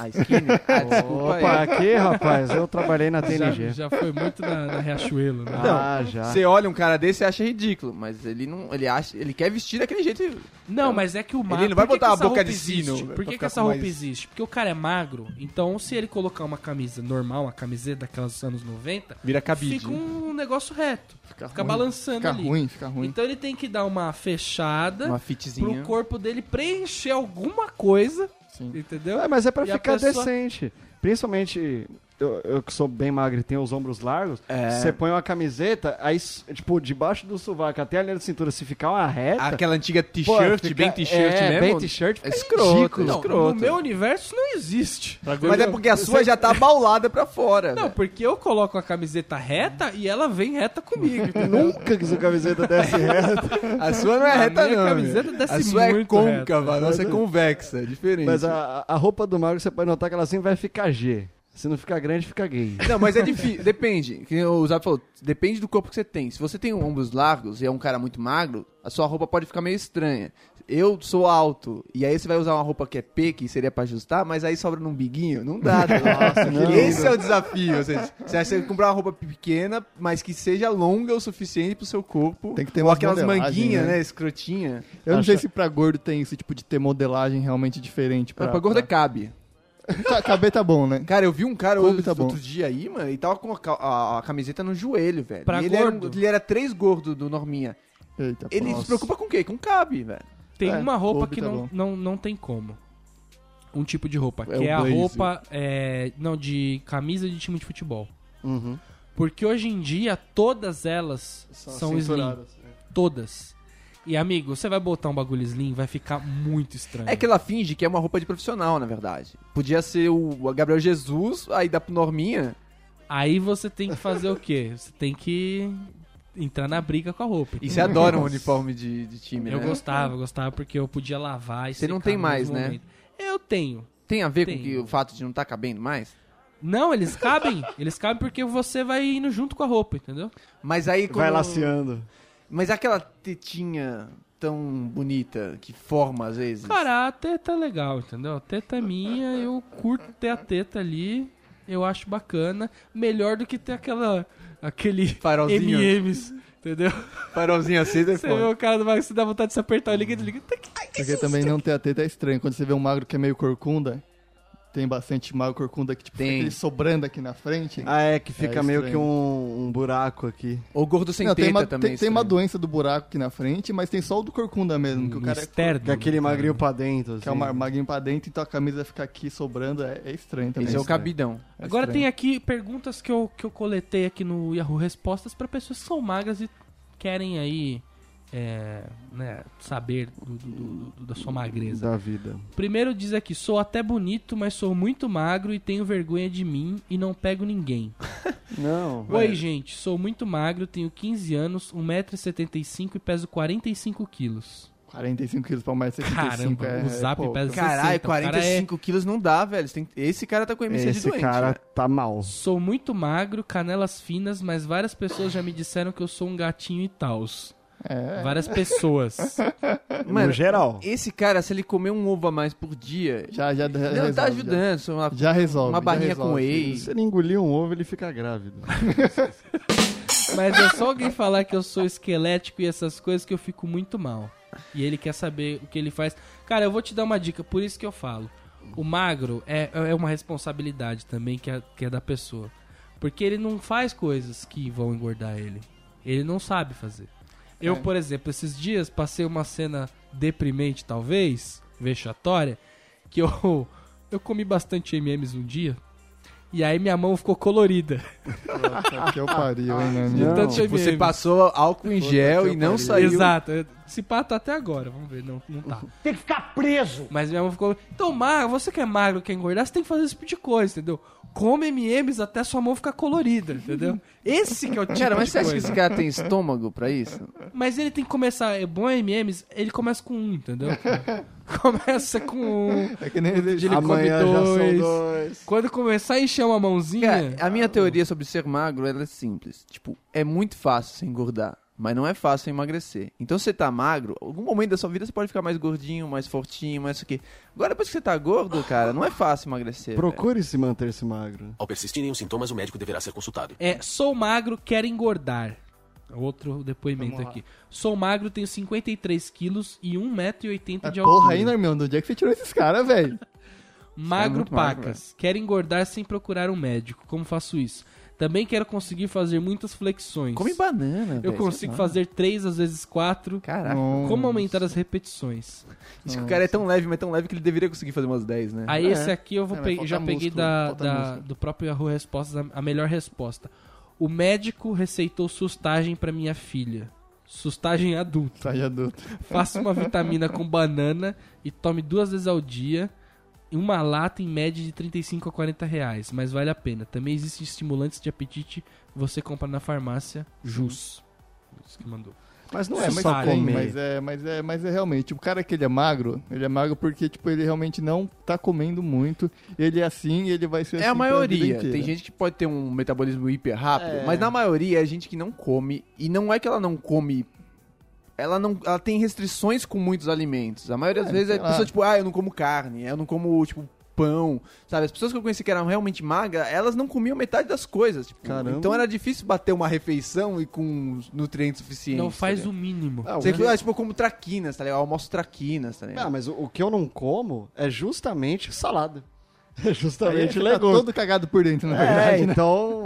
Speaker 2: Ah, skin? Ah, desculpa aí.
Speaker 4: Opa, aqui, rapaz, eu
Speaker 2: <laughs>
Speaker 4: trabalhei na
Speaker 1: Já,
Speaker 4: TNG.
Speaker 1: já foi muito na, na Riachuelo, né?
Speaker 4: ah, já.
Speaker 2: Você olha um cara desse e acha ridículo, mas ele não. Ele acha. Ele quer vestir daquele jeito.
Speaker 1: Não, mas é que o magro.
Speaker 2: Então, não vai
Speaker 1: por que
Speaker 2: botar
Speaker 1: que
Speaker 2: a
Speaker 1: essa
Speaker 2: boca
Speaker 1: roupa
Speaker 2: de sino,
Speaker 1: existe? Por
Speaker 2: velho, pra
Speaker 1: que, que
Speaker 2: ficar
Speaker 1: essa
Speaker 2: com
Speaker 1: roupa
Speaker 2: mais-
Speaker 1: existe? Porque o cara é magro, então se ele colocar uma camisa normal, uma camiseta daquelas dos anos 90,
Speaker 2: Vira cabide. né? Tá
Speaker 1: fica um negócio reto. Fica,
Speaker 3: ruim.
Speaker 1: balançando
Speaker 3: Fica
Speaker 1: ali.
Speaker 3: ruim, fica ruim.
Speaker 1: Então ele tem que dar uma fechada
Speaker 2: Uma
Speaker 1: pro
Speaker 2: fitzinha.
Speaker 1: corpo dele preencher alguma coisa.
Speaker 3: Sim.
Speaker 1: Entendeu?
Speaker 4: É, mas é pra
Speaker 1: E a
Speaker 4: ficar
Speaker 1: pessoa-
Speaker 4: decente. Principalmente eu, eu que sou bem magro e tenho os ombros largos.
Speaker 2: É.
Speaker 4: Você põe uma camiseta, aí, s- tipo, debaixo do sovaco até a linha da cintura, se ficar uma reta.
Speaker 2: Aquela antiga
Speaker 4: pô,
Speaker 2: t-shirt,
Speaker 4: fica-
Speaker 2: bem t-shirt
Speaker 4: é,
Speaker 2: mesmo.
Speaker 4: Bem t-shirt.
Speaker 2: É
Speaker 4: fica
Speaker 2: escroto,
Speaker 4: ridículo.
Speaker 1: Não,
Speaker 2: escroto.
Speaker 1: no meu universo não existe.
Speaker 2: Mas é porque a sua já tá baulada pra fora.
Speaker 1: Não,
Speaker 2: velho.
Speaker 1: porque eu coloco a camiseta reta e ela vem reta
Speaker 2: <laughs>
Speaker 1: comigo. entendeu?
Speaker 4: Nunca que sua camiseta desse reta.
Speaker 2: A sua não é
Speaker 1: A
Speaker 2: reta,
Speaker 1: minha
Speaker 2: não.
Speaker 1: camiseta
Speaker 2: velho.
Speaker 1: desce
Speaker 2: a sua é
Speaker 1: muito
Speaker 2: côncava, a nossa é convexa, é diferente.
Speaker 4: Mas a, a roupa do magro, você pode notar que ela sempre vai ficar G. Se não ficar grande, fica gay.
Speaker 2: Não, mas é difícil, depende. Que nem O Zap falou, depende do corpo que você tem. Se você tem ombros largos e é um cara muito magro, a sua roupa pode ficar meio estranha. Eu sou alto, e aí você vai usar uma roupa que é P, que seria pra ajustar, mas aí sobra num biguinho? Não
Speaker 3: <laughs>
Speaker 2: dá. Nossa,
Speaker 4: não.
Speaker 2: Esse é o desafio. Ou seja, Você acha que comprar uma roupa pequena, mas que seja longa o suficiente pro seu corpo.
Speaker 3: Tem que ter
Speaker 2: Ou
Speaker 3: umas
Speaker 2: aquelas
Speaker 3: modelagens,
Speaker 2: manguinhas,
Speaker 3: né?
Speaker 2: né? Escrotinha.
Speaker 3: Eu não
Speaker 4: Acho-
Speaker 3: sei se pra gordo tem isso, tipo, de ter modelagem realmente diferente.
Speaker 2: Pra,
Speaker 3: Pra,
Speaker 2: pra gorda cabe. <laughs>
Speaker 3: Tá, caber tá bom, né?
Speaker 2: Cara, eu vi um cara
Speaker 3: Coube
Speaker 2: outro,
Speaker 3: tá bom.
Speaker 2: outro dia aí, mano, e tava com a, ca- a- a camiseta no joelho, velho.
Speaker 1: Pra
Speaker 2: e ele, era, um-
Speaker 1: gordo?
Speaker 2: ele era três gordo do Norminha.
Speaker 3: Eita,
Speaker 2: Ele
Speaker 3: nossa.
Speaker 2: se preocupa com o quê? Com cabe, velho.
Speaker 1: Tem
Speaker 3: É,
Speaker 1: uma roupa
Speaker 3: coube
Speaker 1: que
Speaker 3: tá
Speaker 1: não,
Speaker 3: bom.
Speaker 1: não, não tem como. Um tipo de roupa, que
Speaker 2: É o
Speaker 1: é a
Speaker 2: blazer.
Speaker 1: roupa. é, não, de camisa de time de futebol.
Speaker 4: Uhum.
Speaker 1: Porque hoje em dia todas elas são, slim.
Speaker 3: censuradas, né?
Speaker 1: Todas. E amigo, você vai botar um bagulho slim, vai ficar muito estranho.
Speaker 2: É que ela finge que é uma roupa de profissional, na verdade. Podia ser o Gabriel Jesus, aí dá pro Norminha.
Speaker 1: Aí você tem que fazer o quê? Você tem que entrar na briga com a roupa.
Speaker 2: E você adora um uniforme de, de time,
Speaker 1: Eu
Speaker 2: né?
Speaker 1: gostava, eu gostava porque eu podia lavar e
Speaker 2: Você não
Speaker 1: secar
Speaker 2: tem
Speaker 1: no
Speaker 2: mais,
Speaker 1: mesmo
Speaker 2: né?
Speaker 1: momento. Eu tenho.
Speaker 2: Tem a ver
Speaker 1: Tem.
Speaker 2: com que o fato de não tá cabendo mais?
Speaker 1: Não, eles cabem. eles cabem porque você vai indo junto com a roupa, entendeu?
Speaker 2: Mas aí quando...
Speaker 4: Vai laceando.
Speaker 2: Mas aquela tetinha tão bonita que forma às vezes.
Speaker 1: Cara, a teta é legal, entendeu? A teta é minha, eu curto ter a teta ali, eu acho bacana. Melhor do que ter aquela. aquele.
Speaker 2: Farolzinho.
Speaker 1: MMs, entendeu? <laughs>
Speaker 2: Farolzinho aceso é
Speaker 1: Você vê
Speaker 2: foda.
Speaker 1: o cara do Max, você dá vontade de se apertar, liga e desliga. Tac.
Speaker 3: Porque também não ter a teta é estranho. Quando você vê um magro que é meio corcunda, tem bastante magro corcunda que, tipo,
Speaker 2: Tem.
Speaker 3: fica aquele sobrando aqui na frente.
Speaker 4: Ah, é que fica
Speaker 3: É
Speaker 4: meio
Speaker 3: estranho.
Speaker 4: que um, um buraco aqui.
Speaker 2: Ou gordo sem
Speaker 3: Não,
Speaker 2: teta
Speaker 3: tem, uma,
Speaker 2: também.
Speaker 3: tem, tem uma
Speaker 2: estranho.
Speaker 3: doença do buraco aqui na frente, mas tem só o do corcunda mesmo, que o
Speaker 1: No
Speaker 3: cara é,
Speaker 1: externo,
Speaker 4: Que é aquele
Speaker 1: né, cara?
Speaker 4: magrinho pra dentro. assim,
Speaker 3: que é uma magrinho pra dentro, então a camisa fica aqui sobrando, é, é estranho também.
Speaker 2: Esse é o
Speaker 3: Estranho.
Speaker 2: cabidão.
Speaker 3: É
Speaker 1: Agora
Speaker 3: estranho.
Speaker 1: tem aqui perguntas que eu, que eu coletei aqui no Yahoo Respostas pra pessoas que são magras e querem aí é, né, saber do- do- do- do- da sua magreza.
Speaker 4: Da vida.
Speaker 1: Primeiro diz aqui, sou até bonito, mas sou muito magro e tenho vergonha de mim e não pego ninguém.
Speaker 4: Não.
Speaker 1: Oi, gente, sou muito magro, tenho 15 anos, 1,75m e peso 45kg.
Speaker 3: 45 quilos pra mais 75
Speaker 1: Caramba,
Speaker 3: é,
Speaker 1: o Zap
Speaker 3: pouco.
Speaker 1: pesa-
Speaker 2: Caralho,
Speaker 1: 60, o cara é-
Speaker 2: 45 quilos não dá, velho. Você tem- Esse cara tá com MC de
Speaker 4: Esse
Speaker 2: doente.
Speaker 4: cara
Speaker 2: velho.
Speaker 4: tá mal.
Speaker 1: Sou muito magro, canelas finas, mas várias pessoas já me disseram que eu sou um gatinho e tals.
Speaker 3: É,
Speaker 1: Várias pessoas.
Speaker 2: Mano,
Speaker 4: no geral.
Speaker 2: Esse cara, se ele comer um ovo a mais por dia,
Speaker 3: já, já
Speaker 2: não
Speaker 3: resolve,
Speaker 2: tá ajudando. Só uma,
Speaker 3: Já, já resolve.
Speaker 2: uma
Speaker 3: já
Speaker 2: barrinha com
Speaker 3: resolve.
Speaker 2: whey.
Speaker 4: Se ele engolir um ovo, ele fica grávido.
Speaker 1: Mas é só alguém falar que eu sou esquelético e essas coisas que eu fico muito mal. E ele quer saber o que ele faz. Cara, eu vou te dar uma dica, por isso que eu falo. O magro é, é uma responsabilidade também que é, que é da pessoa. Porque ele não faz coisas que vão engordar ele. Ele não sabe fazer. Eu, por exemplo, esses dias passei uma cena deprimente, talvez, vexatória, que eu, <laughs> eu comi bastante MMs um dia. E aí minha mão ficou colorida.
Speaker 3: Puta que eu pariu,
Speaker 2: <laughs>
Speaker 3: hein, Nani?
Speaker 4: Não.
Speaker 1: Tanto
Speaker 2: Tipo, você
Speaker 1: M&M.
Speaker 2: passou álcool em gel e não saiu.
Speaker 1: Exato. Se pá, tá até agora. Vamos ver. Não, não tá. Tem que ficar preso. Mas minha mãe ficou... Então, magro, você que é magro, quer engordar, você tem que fazer esse tipo de coisa, entendeu? Come M&M's até sua mão ficar colorida, entendeu? Esse que é o tipo
Speaker 2: Cara, mas
Speaker 1: de
Speaker 2: você acha que
Speaker 1: coisa.
Speaker 2: esse cara tem estômago pra isso?
Speaker 1: Mas ele tem que começar... É bom M&M's, ele começa com um, entendeu? começa com um.
Speaker 3: É que nem ele
Speaker 1: Ele come
Speaker 4: Amanhã já são
Speaker 1: dois.
Speaker 4: dois.
Speaker 1: Quando começar a encher uma mãozinha...
Speaker 2: Cara, a minha teoria sobre ser magro ela é simples. Tipo, é muito fácil se engordar, mas não é fácil você emagrecer. Então, se você tá magro, algum momento da sua vida você pode ficar mais gordinho, mais fortinho, mais isso aqui. Agora, depois que você tá gordo, cara, não é fácil emagrecer.
Speaker 4: Procure se manter-se magro.
Speaker 7: Ao persistirem os sintomas, o médico deverá ser consultado.
Speaker 1: É, sou magro, quero engordar. Outro depoimento aqui. Sou magro, tenho 53 quilos e 1,80m de altura.
Speaker 3: É Porra é aí, Normião, do dia que você tirou esses caras, <laughs> velho?
Speaker 1: Magro
Speaker 2: muito magro,
Speaker 1: pacas. quero engordar sem procurar um médico. Como faço isso? Também quero conseguir fazer muitas flexões.
Speaker 2: velho. Come banana,
Speaker 1: Eu
Speaker 2: velho,
Speaker 3: é
Speaker 1: consigo
Speaker 2: sei lá.
Speaker 1: fazer três, às vezes quatro.
Speaker 2: Caraca.
Speaker 3: um
Speaker 1: Como aumentar as repetições?
Speaker 2: Diz que o cara é tão leve, mas tão leve que ele deveria conseguir fazer umas 10, né?
Speaker 1: Aí
Speaker 3: É.
Speaker 1: esse aqui eu vou
Speaker 3: É, mas
Speaker 1: pe-
Speaker 3: falta
Speaker 1: já peguei
Speaker 3: músculo,
Speaker 1: da,
Speaker 3: falta
Speaker 1: da-
Speaker 3: músculo.
Speaker 1: do próprio Yahoo Respostas a, a melhor resposta. O médico receitou sustagem pra minha filha. Sustagem adulta.
Speaker 3: Sai Hum, adulto.
Speaker 1: Faça uma vitamina com banana e tome duas vezes ao dia. E uma lata em média de 35 a 40 reais, mas vale a pena. Também existem estimulantes de apetite, você compra na farmácia Jus. Isso que mandou.
Speaker 4: Mas não
Speaker 3: Não é,
Speaker 4: é
Speaker 3: mas
Speaker 4: só
Speaker 3: tem,
Speaker 4: comer.
Speaker 3: mas é, mas é, mas é realmente, o cara que ele é magro, ele é magro porque, tipo, ele realmente não tá comendo muito, ele é assim e ele vai ser assim
Speaker 2: É a
Speaker 3: pra vida
Speaker 2: maioria.
Speaker 3: inteira.
Speaker 2: Tem gente que pode ter um metabolismo hiper rápido, mas na maioria é gente que não come. E não é que ela não come. Ela não. Ela tem restrições com muitos alimentos. A maioria das
Speaker 3: É,
Speaker 2: vezes é
Speaker 3: sei lá.
Speaker 2: pessoa, tipo, ah, eu não como carne, eu não como, tipo, pão. Sabe? As pessoas que eu conheci que eram realmente magras, elas não comiam metade das coisas. Tipo,
Speaker 4: Caramba.
Speaker 2: Então era difícil bater uma refeição e com nutrientes suficientes.
Speaker 1: Não faz
Speaker 2: tá
Speaker 1: o mínimo.
Speaker 4: Ah, o
Speaker 2: ligado?
Speaker 4: que-
Speaker 2: Você, ah, tipo, eu como traquinas, tá ligado? Eu almoço traquinas, tá ligado?
Speaker 4: Ah, mas o, o que eu não como é justamente salada. <laughs> É
Speaker 3: Aí ele tá
Speaker 4: justamente
Speaker 3: fica
Speaker 4: legume.
Speaker 3: todo cagado por dentro, na verdade. né?
Speaker 4: É, então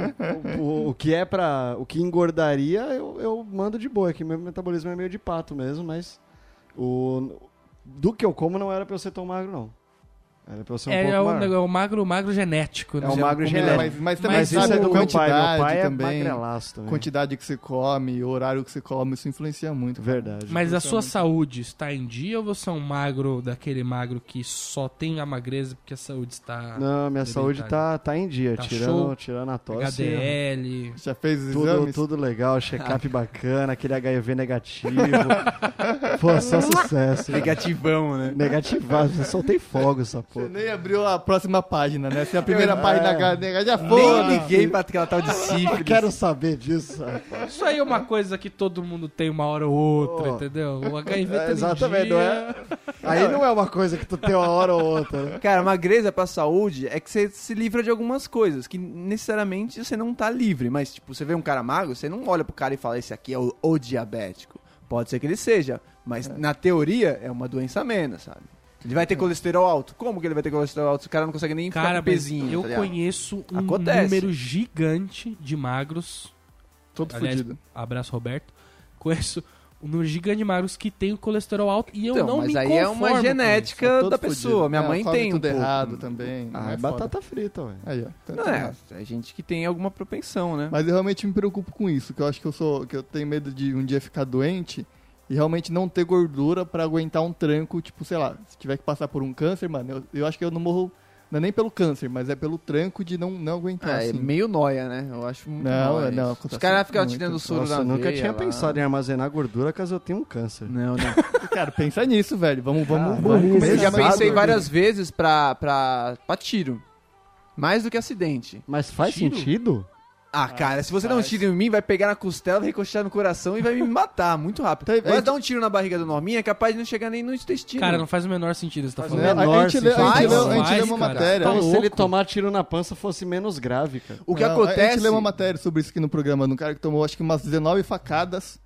Speaker 4: o, o que é para o que engordaria eu, eu mando de boa, que meu metabolismo é meio de pato mesmo, mas o do que eu como não era pra eu ser tão magro não. Era pra eu ser um
Speaker 1: é,
Speaker 4: pouco
Speaker 1: é, um,
Speaker 4: maior.
Speaker 1: negócio- é um magro, magro genético. né?
Speaker 4: É um magro
Speaker 3: É,
Speaker 4: genético.
Speaker 3: mas, mas também
Speaker 1: Mas
Speaker 4: Mas isso
Speaker 3: sabe
Speaker 4: é
Speaker 1: o-
Speaker 4: do meu pai, meu
Speaker 3: quantidade
Speaker 4: pai é
Speaker 3: também.
Speaker 4: magrelaço também.
Speaker 3: quantidade que você come, o horário que você come, isso influencia muito. cara.
Speaker 4: Verdade.
Speaker 1: Mas a sua saúde está em dia ou você é um magro daquele magro que só tem a magreza porque a saúde está
Speaker 4: Não, minha
Speaker 1: Verdade.
Speaker 4: saúde tá, tá em dia,
Speaker 1: Tá
Speaker 4: tirando,
Speaker 1: show?
Speaker 4: tirando a tosse. né?
Speaker 1: HDL?
Speaker 3: Já fez os
Speaker 4: Tudo,
Speaker 3: exames?
Speaker 4: tudo
Speaker 1: <laughs>
Speaker 4: legal, check-up bacana, aquele HIV negativo. Pô, só
Speaker 1: é?
Speaker 4: sucesso.
Speaker 2: Negativão, né?
Speaker 4: Negativado, eu soltei fogo essa
Speaker 3: Você
Speaker 4: porra.
Speaker 3: nem abriu a próxima página, né? <laughs> Se a primeira página cara, já foi.
Speaker 2: Nem liguei pra aquela tal de sífilis.
Speaker 4: Quero saber disso. rapaz.
Speaker 1: Isso aí é uma coisa que todo mundo tem uma hora ou outra,
Speaker 4: Oh.
Speaker 1: entendeu? O
Speaker 4: <laughs>
Speaker 1: HIV
Speaker 4: É,
Speaker 1: tá
Speaker 4: exatamente, não é? Aí não é uma coisa que tu tem uma hora ou outra. né?
Speaker 2: Cara, magreza pra saúde é que você se livra de algumas coisas que necessariamente você não tá livre. Mas, tipo, você vê um cara magro, você não olha pro cara e fala, esse aqui é o, o diabético. Pode ser que ele seja, mas na teoria é uma doença a menos, sabe? Ele vai ter colesterol alto. Como que ele vai ter colesterol alto se o cara não consegue nem ficar
Speaker 1: Cara,
Speaker 2: com
Speaker 1: mas
Speaker 2: pezinho?
Speaker 1: eu
Speaker 2: tá ligado?
Speaker 1: conheço um
Speaker 2: Acontece.
Speaker 1: número gigante de magros.
Speaker 3: Todo
Speaker 1: Aliás,
Speaker 3: fudido.
Speaker 1: abraço, Roberto. Conheço um número gigante de magros que tem o colesterol alto e eu
Speaker 2: Então,
Speaker 1: não
Speaker 2: mas
Speaker 1: me
Speaker 2: aí é uma
Speaker 1: conformo
Speaker 2: genética
Speaker 3: Tá todo
Speaker 2: da
Speaker 3: fudido.
Speaker 2: pessoa. Minha
Speaker 3: Não,
Speaker 2: mãe
Speaker 3: come
Speaker 2: tem um
Speaker 3: tudo
Speaker 2: pouco.
Speaker 3: errado também. não
Speaker 4: Ah,
Speaker 3: é
Speaker 4: é
Speaker 3: foda.
Speaker 4: batata frita, velho.
Speaker 3: Aí, ó. Tá
Speaker 2: Não
Speaker 3: tudo
Speaker 2: é,
Speaker 3: errado.
Speaker 2: é gente que tem alguma propensão, né?
Speaker 3: Mas eu realmente me preocupo com isso, que eu acho que eu sou, que eu tenho medo de um dia ficar doente e realmente não ter gordura pra aguentar um tranco, tipo, sei lá, se tiver que passar por um câncer, mano, eu, eu acho que eu não morro, não é nem pelo câncer, mas é pelo tranco de não, não aguentar,
Speaker 2: é
Speaker 3: assim.
Speaker 2: meio noia, né? Eu acho muito
Speaker 3: Não,
Speaker 2: nóia
Speaker 3: é, não,
Speaker 2: isso. Os
Speaker 3: acontece
Speaker 2: caras ficam
Speaker 3: muito.
Speaker 2: tirando o soro
Speaker 4: Nossa,
Speaker 2: da
Speaker 4: eu nunca
Speaker 2: veia
Speaker 4: tinha
Speaker 2: lá.
Speaker 4: pensado em armazenar gordura caso eu tenha um câncer.
Speaker 2: Não, <laughs> não.
Speaker 3: Cara, pensa nisso, velho, vamos, vamos,
Speaker 4: Ah,
Speaker 3: vamos
Speaker 4: vai
Speaker 3: começar
Speaker 2: Eu
Speaker 4: pensar,
Speaker 2: já
Speaker 3: mais
Speaker 2: pensei
Speaker 3: gordura.
Speaker 2: várias vezes pra, pra, pra tiro. Mais do que acidente.
Speaker 4: Mas faz
Speaker 1: Tiro?
Speaker 4: sentido?
Speaker 2: Ah, cara, se você dá um tiro em mim, vai pegar na costela, vai ricochear no coração e vai me matar muito rápido.
Speaker 3: Tem-
Speaker 2: Agora dá um tiro na barriga do Norminha, é capaz de não chegar nem no intestino.
Speaker 1: Cara, não faz o menor sentido isso que tá
Speaker 4: Faz
Speaker 1: falando.
Speaker 4: o
Speaker 3: Né? A
Speaker 4: menor
Speaker 3: gente lê, a gente
Speaker 2: sentido.
Speaker 3: lê- a gente
Speaker 1: Faz,
Speaker 3: lê uma
Speaker 1: cara.
Speaker 3: matéria.
Speaker 4: Então, se ele
Speaker 3: louco?
Speaker 4: tomar tiro na pança, fosse menos grave, cara.
Speaker 2: o que
Speaker 3: Não,
Speaker 2: acontece...
Speaker 3: A gente leu uma matéria sobre isso aqui no programa, de um cara que tomou acho que umas 19 facadas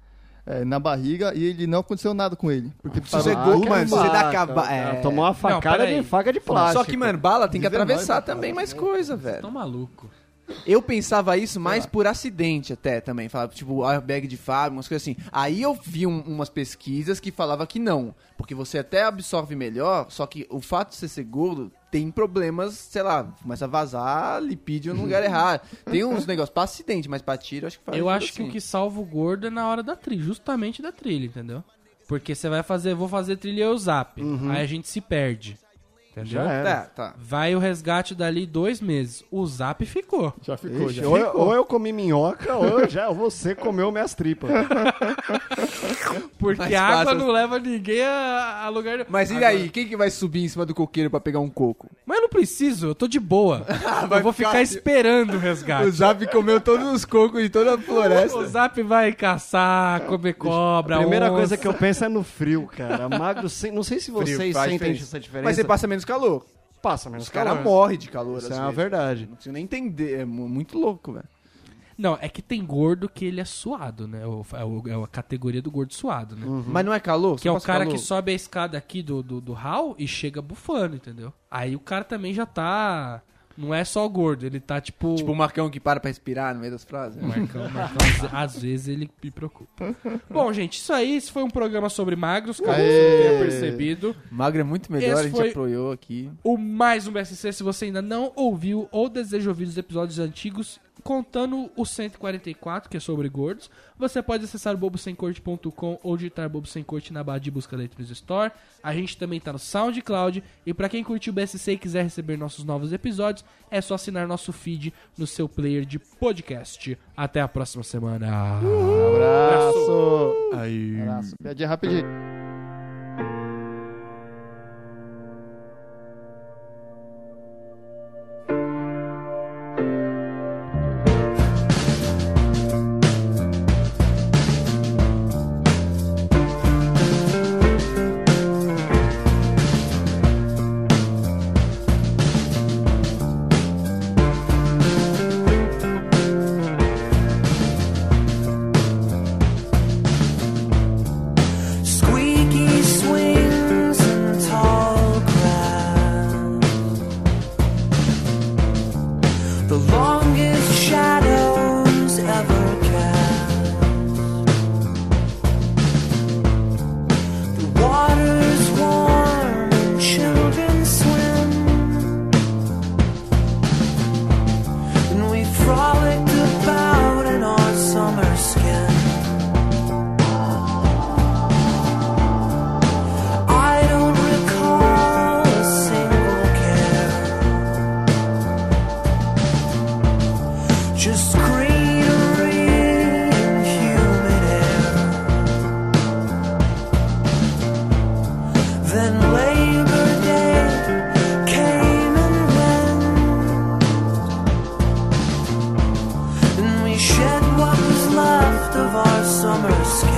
Speaker 3: é, na barriga e ele não aconteceu nada com ele. Porque
Speaker 2: Se
Speaker 4: Ah,
Speaker 2: você é gol, mano, você dá caba...
Speaker 4: É...
Speaker 2: É...
Speaker 4: Tomou uma facada
Speaker 1: peraí.
Speaker 4: de faca de plástico.
Speaker 2: Só que, mano, bala tem que
Speaker 3: 19,
Speaker 2: atravessar
Speaker 3: cara.
Speaker 2: também mais coisa, velho.
Speaker 1: Tão maluco.
Speaker 2: Eu pensava isso mais por acidente até também. Falava, tipo, airbag de fábrica, umas coisas assim. Aí eu vi um- umas pesquisas que falava que não. Porque você até absorve melhor, só que o fato de ser seguro tem problemas, sei lá, começa a vazar lipídio
Speaker 1: <laughs>
Speaker 2: no lugar errado. Tem uns negócios pra acidente, mas pra tiro, acho que faz
Speaker 1: Eu
Speaker 2: tudo
Speaker 1: acho que
Speaker 2: assim.
Speaker 1: o que salva o gordo é na hora da trilha, justamente da trilha, entendeu? Porque você vai fazer, vou fazer trilha e eu zap. Aí a gente se perde. Entendeu?
Speaker 4: Já era.
Speaker 1: é,
Speaker 2: Tá, tá.
Speaker 1: Vai o resgate dali dois meses. O zap ficou.
Speaker 3: Já ficou,
Speaker 4: Ixi,
Speaker 3: já.
Speaker 4: ou, eu, ou eu comi minhoca, ou eu já você comeu minhas tripas.
Speaker 1: Porque
Speaker 2: Mais
Speaker 1: a água
Speaker 2: fácil. assim.
Speaker 1: não leva ninguém a, a lugar. nenhum.
Speaker 2: Mas e
Speaker 1: Agora-
Speaker 2: aí, quem que vai subir em cima do coqueiro pra pegar um coco?
Speaker 1: Mas eu não preciso, eu tô de boa. eu vou ficar
Speaker 2: ficar-
Speaker 1: esperando o
Speaker 2: O
Speaker 1: resgate.
Speaker 2: Zap comeu todos os cocos de toda
Speaker 1: <laughs>
Speaker 2: a floresta.
Speaker 1: O zap vai caçar, comer cobra.
Speaker 4: A primeira
Speaker 1: onça.
Speaker 4: coisa que eu penso é no frio, cara. Magro, sem- não sei se vocês
Speaker 2: Frio, faz
Speaker 4: sentem
Speaker 2: diferença.
Speaker 4: essa diferença.
Speaker 2: Mas você passa menos calor.
Speaker 4: passa menos
Speaker 2: Os caras
Speaker 4: calor.
Speaker 2: morrem de calor,
Speaker 4: Isso
Speaker 2: às
Speaker 4: é uma
Speaker 2: vezes.
Speaker 4: verdade.
Speaker 2: Não consigo nem entender, é mu- muito louco, velho.
Speaker 1: Não, é que tem gordo que ele é suado, né? O- É, o- é a categoria do gordo suado, né?
Speaker 2: Mas não é calor?
Speaker 1: Que é o
Speaker 2: Passa
Speaker 1: cara
Speaker 2: calor?
Speaker 1: que sobe a escada aqui do, do, do hall e chega bufando, entendeu? Aí o cara também já tá. Não é só o gordo, ele tá tipo.
Speaker 2: Tipo o Marcão que para pra respirar no meio das frases. né?
Speaker 1: Marcão, Marcão, às- às vezes ele me preocupa. Bom, gente, isso aí. Esse foi um programa sobre magros, caso você não tenha percebido.
Speaker 2: Magro é muito melhor,
Speaker 1: Esse
Speaker 2: a gente
Speaker 1: foi-
Speaker 2: apoiou aqui.
Speaker 1: o mais um BSC. Se você ainda não ouviu ou deseja ouvir os episódios antigos, contando o 144, que é sobre gordos, você pode acessar bobosemcorte.com ou digitar Bobo Sem Corte na barra de busca da iTunes Store. A gente também tá no SoundCloud. E pra quem curtiu o BSC e quiser receber nossos novos episódios, é só assinar nosso feed no seu player de podcast. Até a próxima semana.
Speaker 4: Abraço.
Speaker 2: Aí.
Speaker 3: Abraço. Piadinha rapidinho.
Speaker 8: Squeaky swings and tall grass. The longest shadows ever cast. The water's warm and children swim. And we frolicked about in our summer skin. I don't recall a single care. Just greenery and humid air. Then Labor Day came and went, and we shed what was left of our summer skin.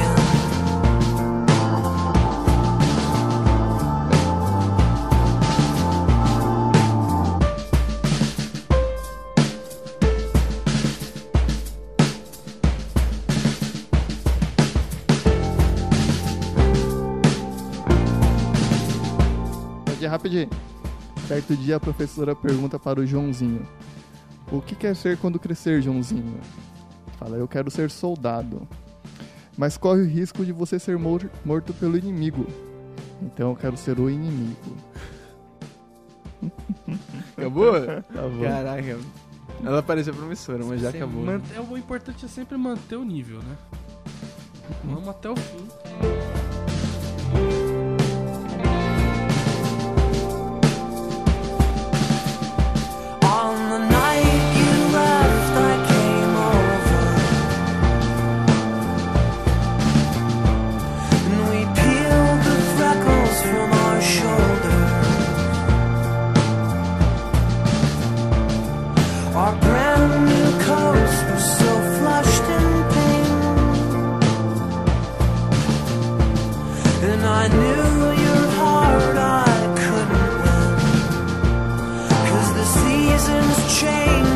Speaker 3: Piadinha rapidinho. Certo dia a professora pergunta para o Joãozinho: O que quer ser quando crescer, Joãozinho? Fala, eu quero ser soldado. Mas corre o risco de você ser mor- morto pelo inimigo. Então eu quero ser o inimigo.
Speaker 2: <laughs> Acabou?
Speaker 3: Tá bom.
Speaker 2: Caraca. Ela parecia promissora, mas já
Speaker 1: Você
Speaker 2: acabou. né?
Speaker 1: man- é, o importante é sempre manter o nível, né? Vamos até o fim.
Speaker 8: On the night you left, I came over, and we peeled the freckles from our shoulders. Our brand new coats were things change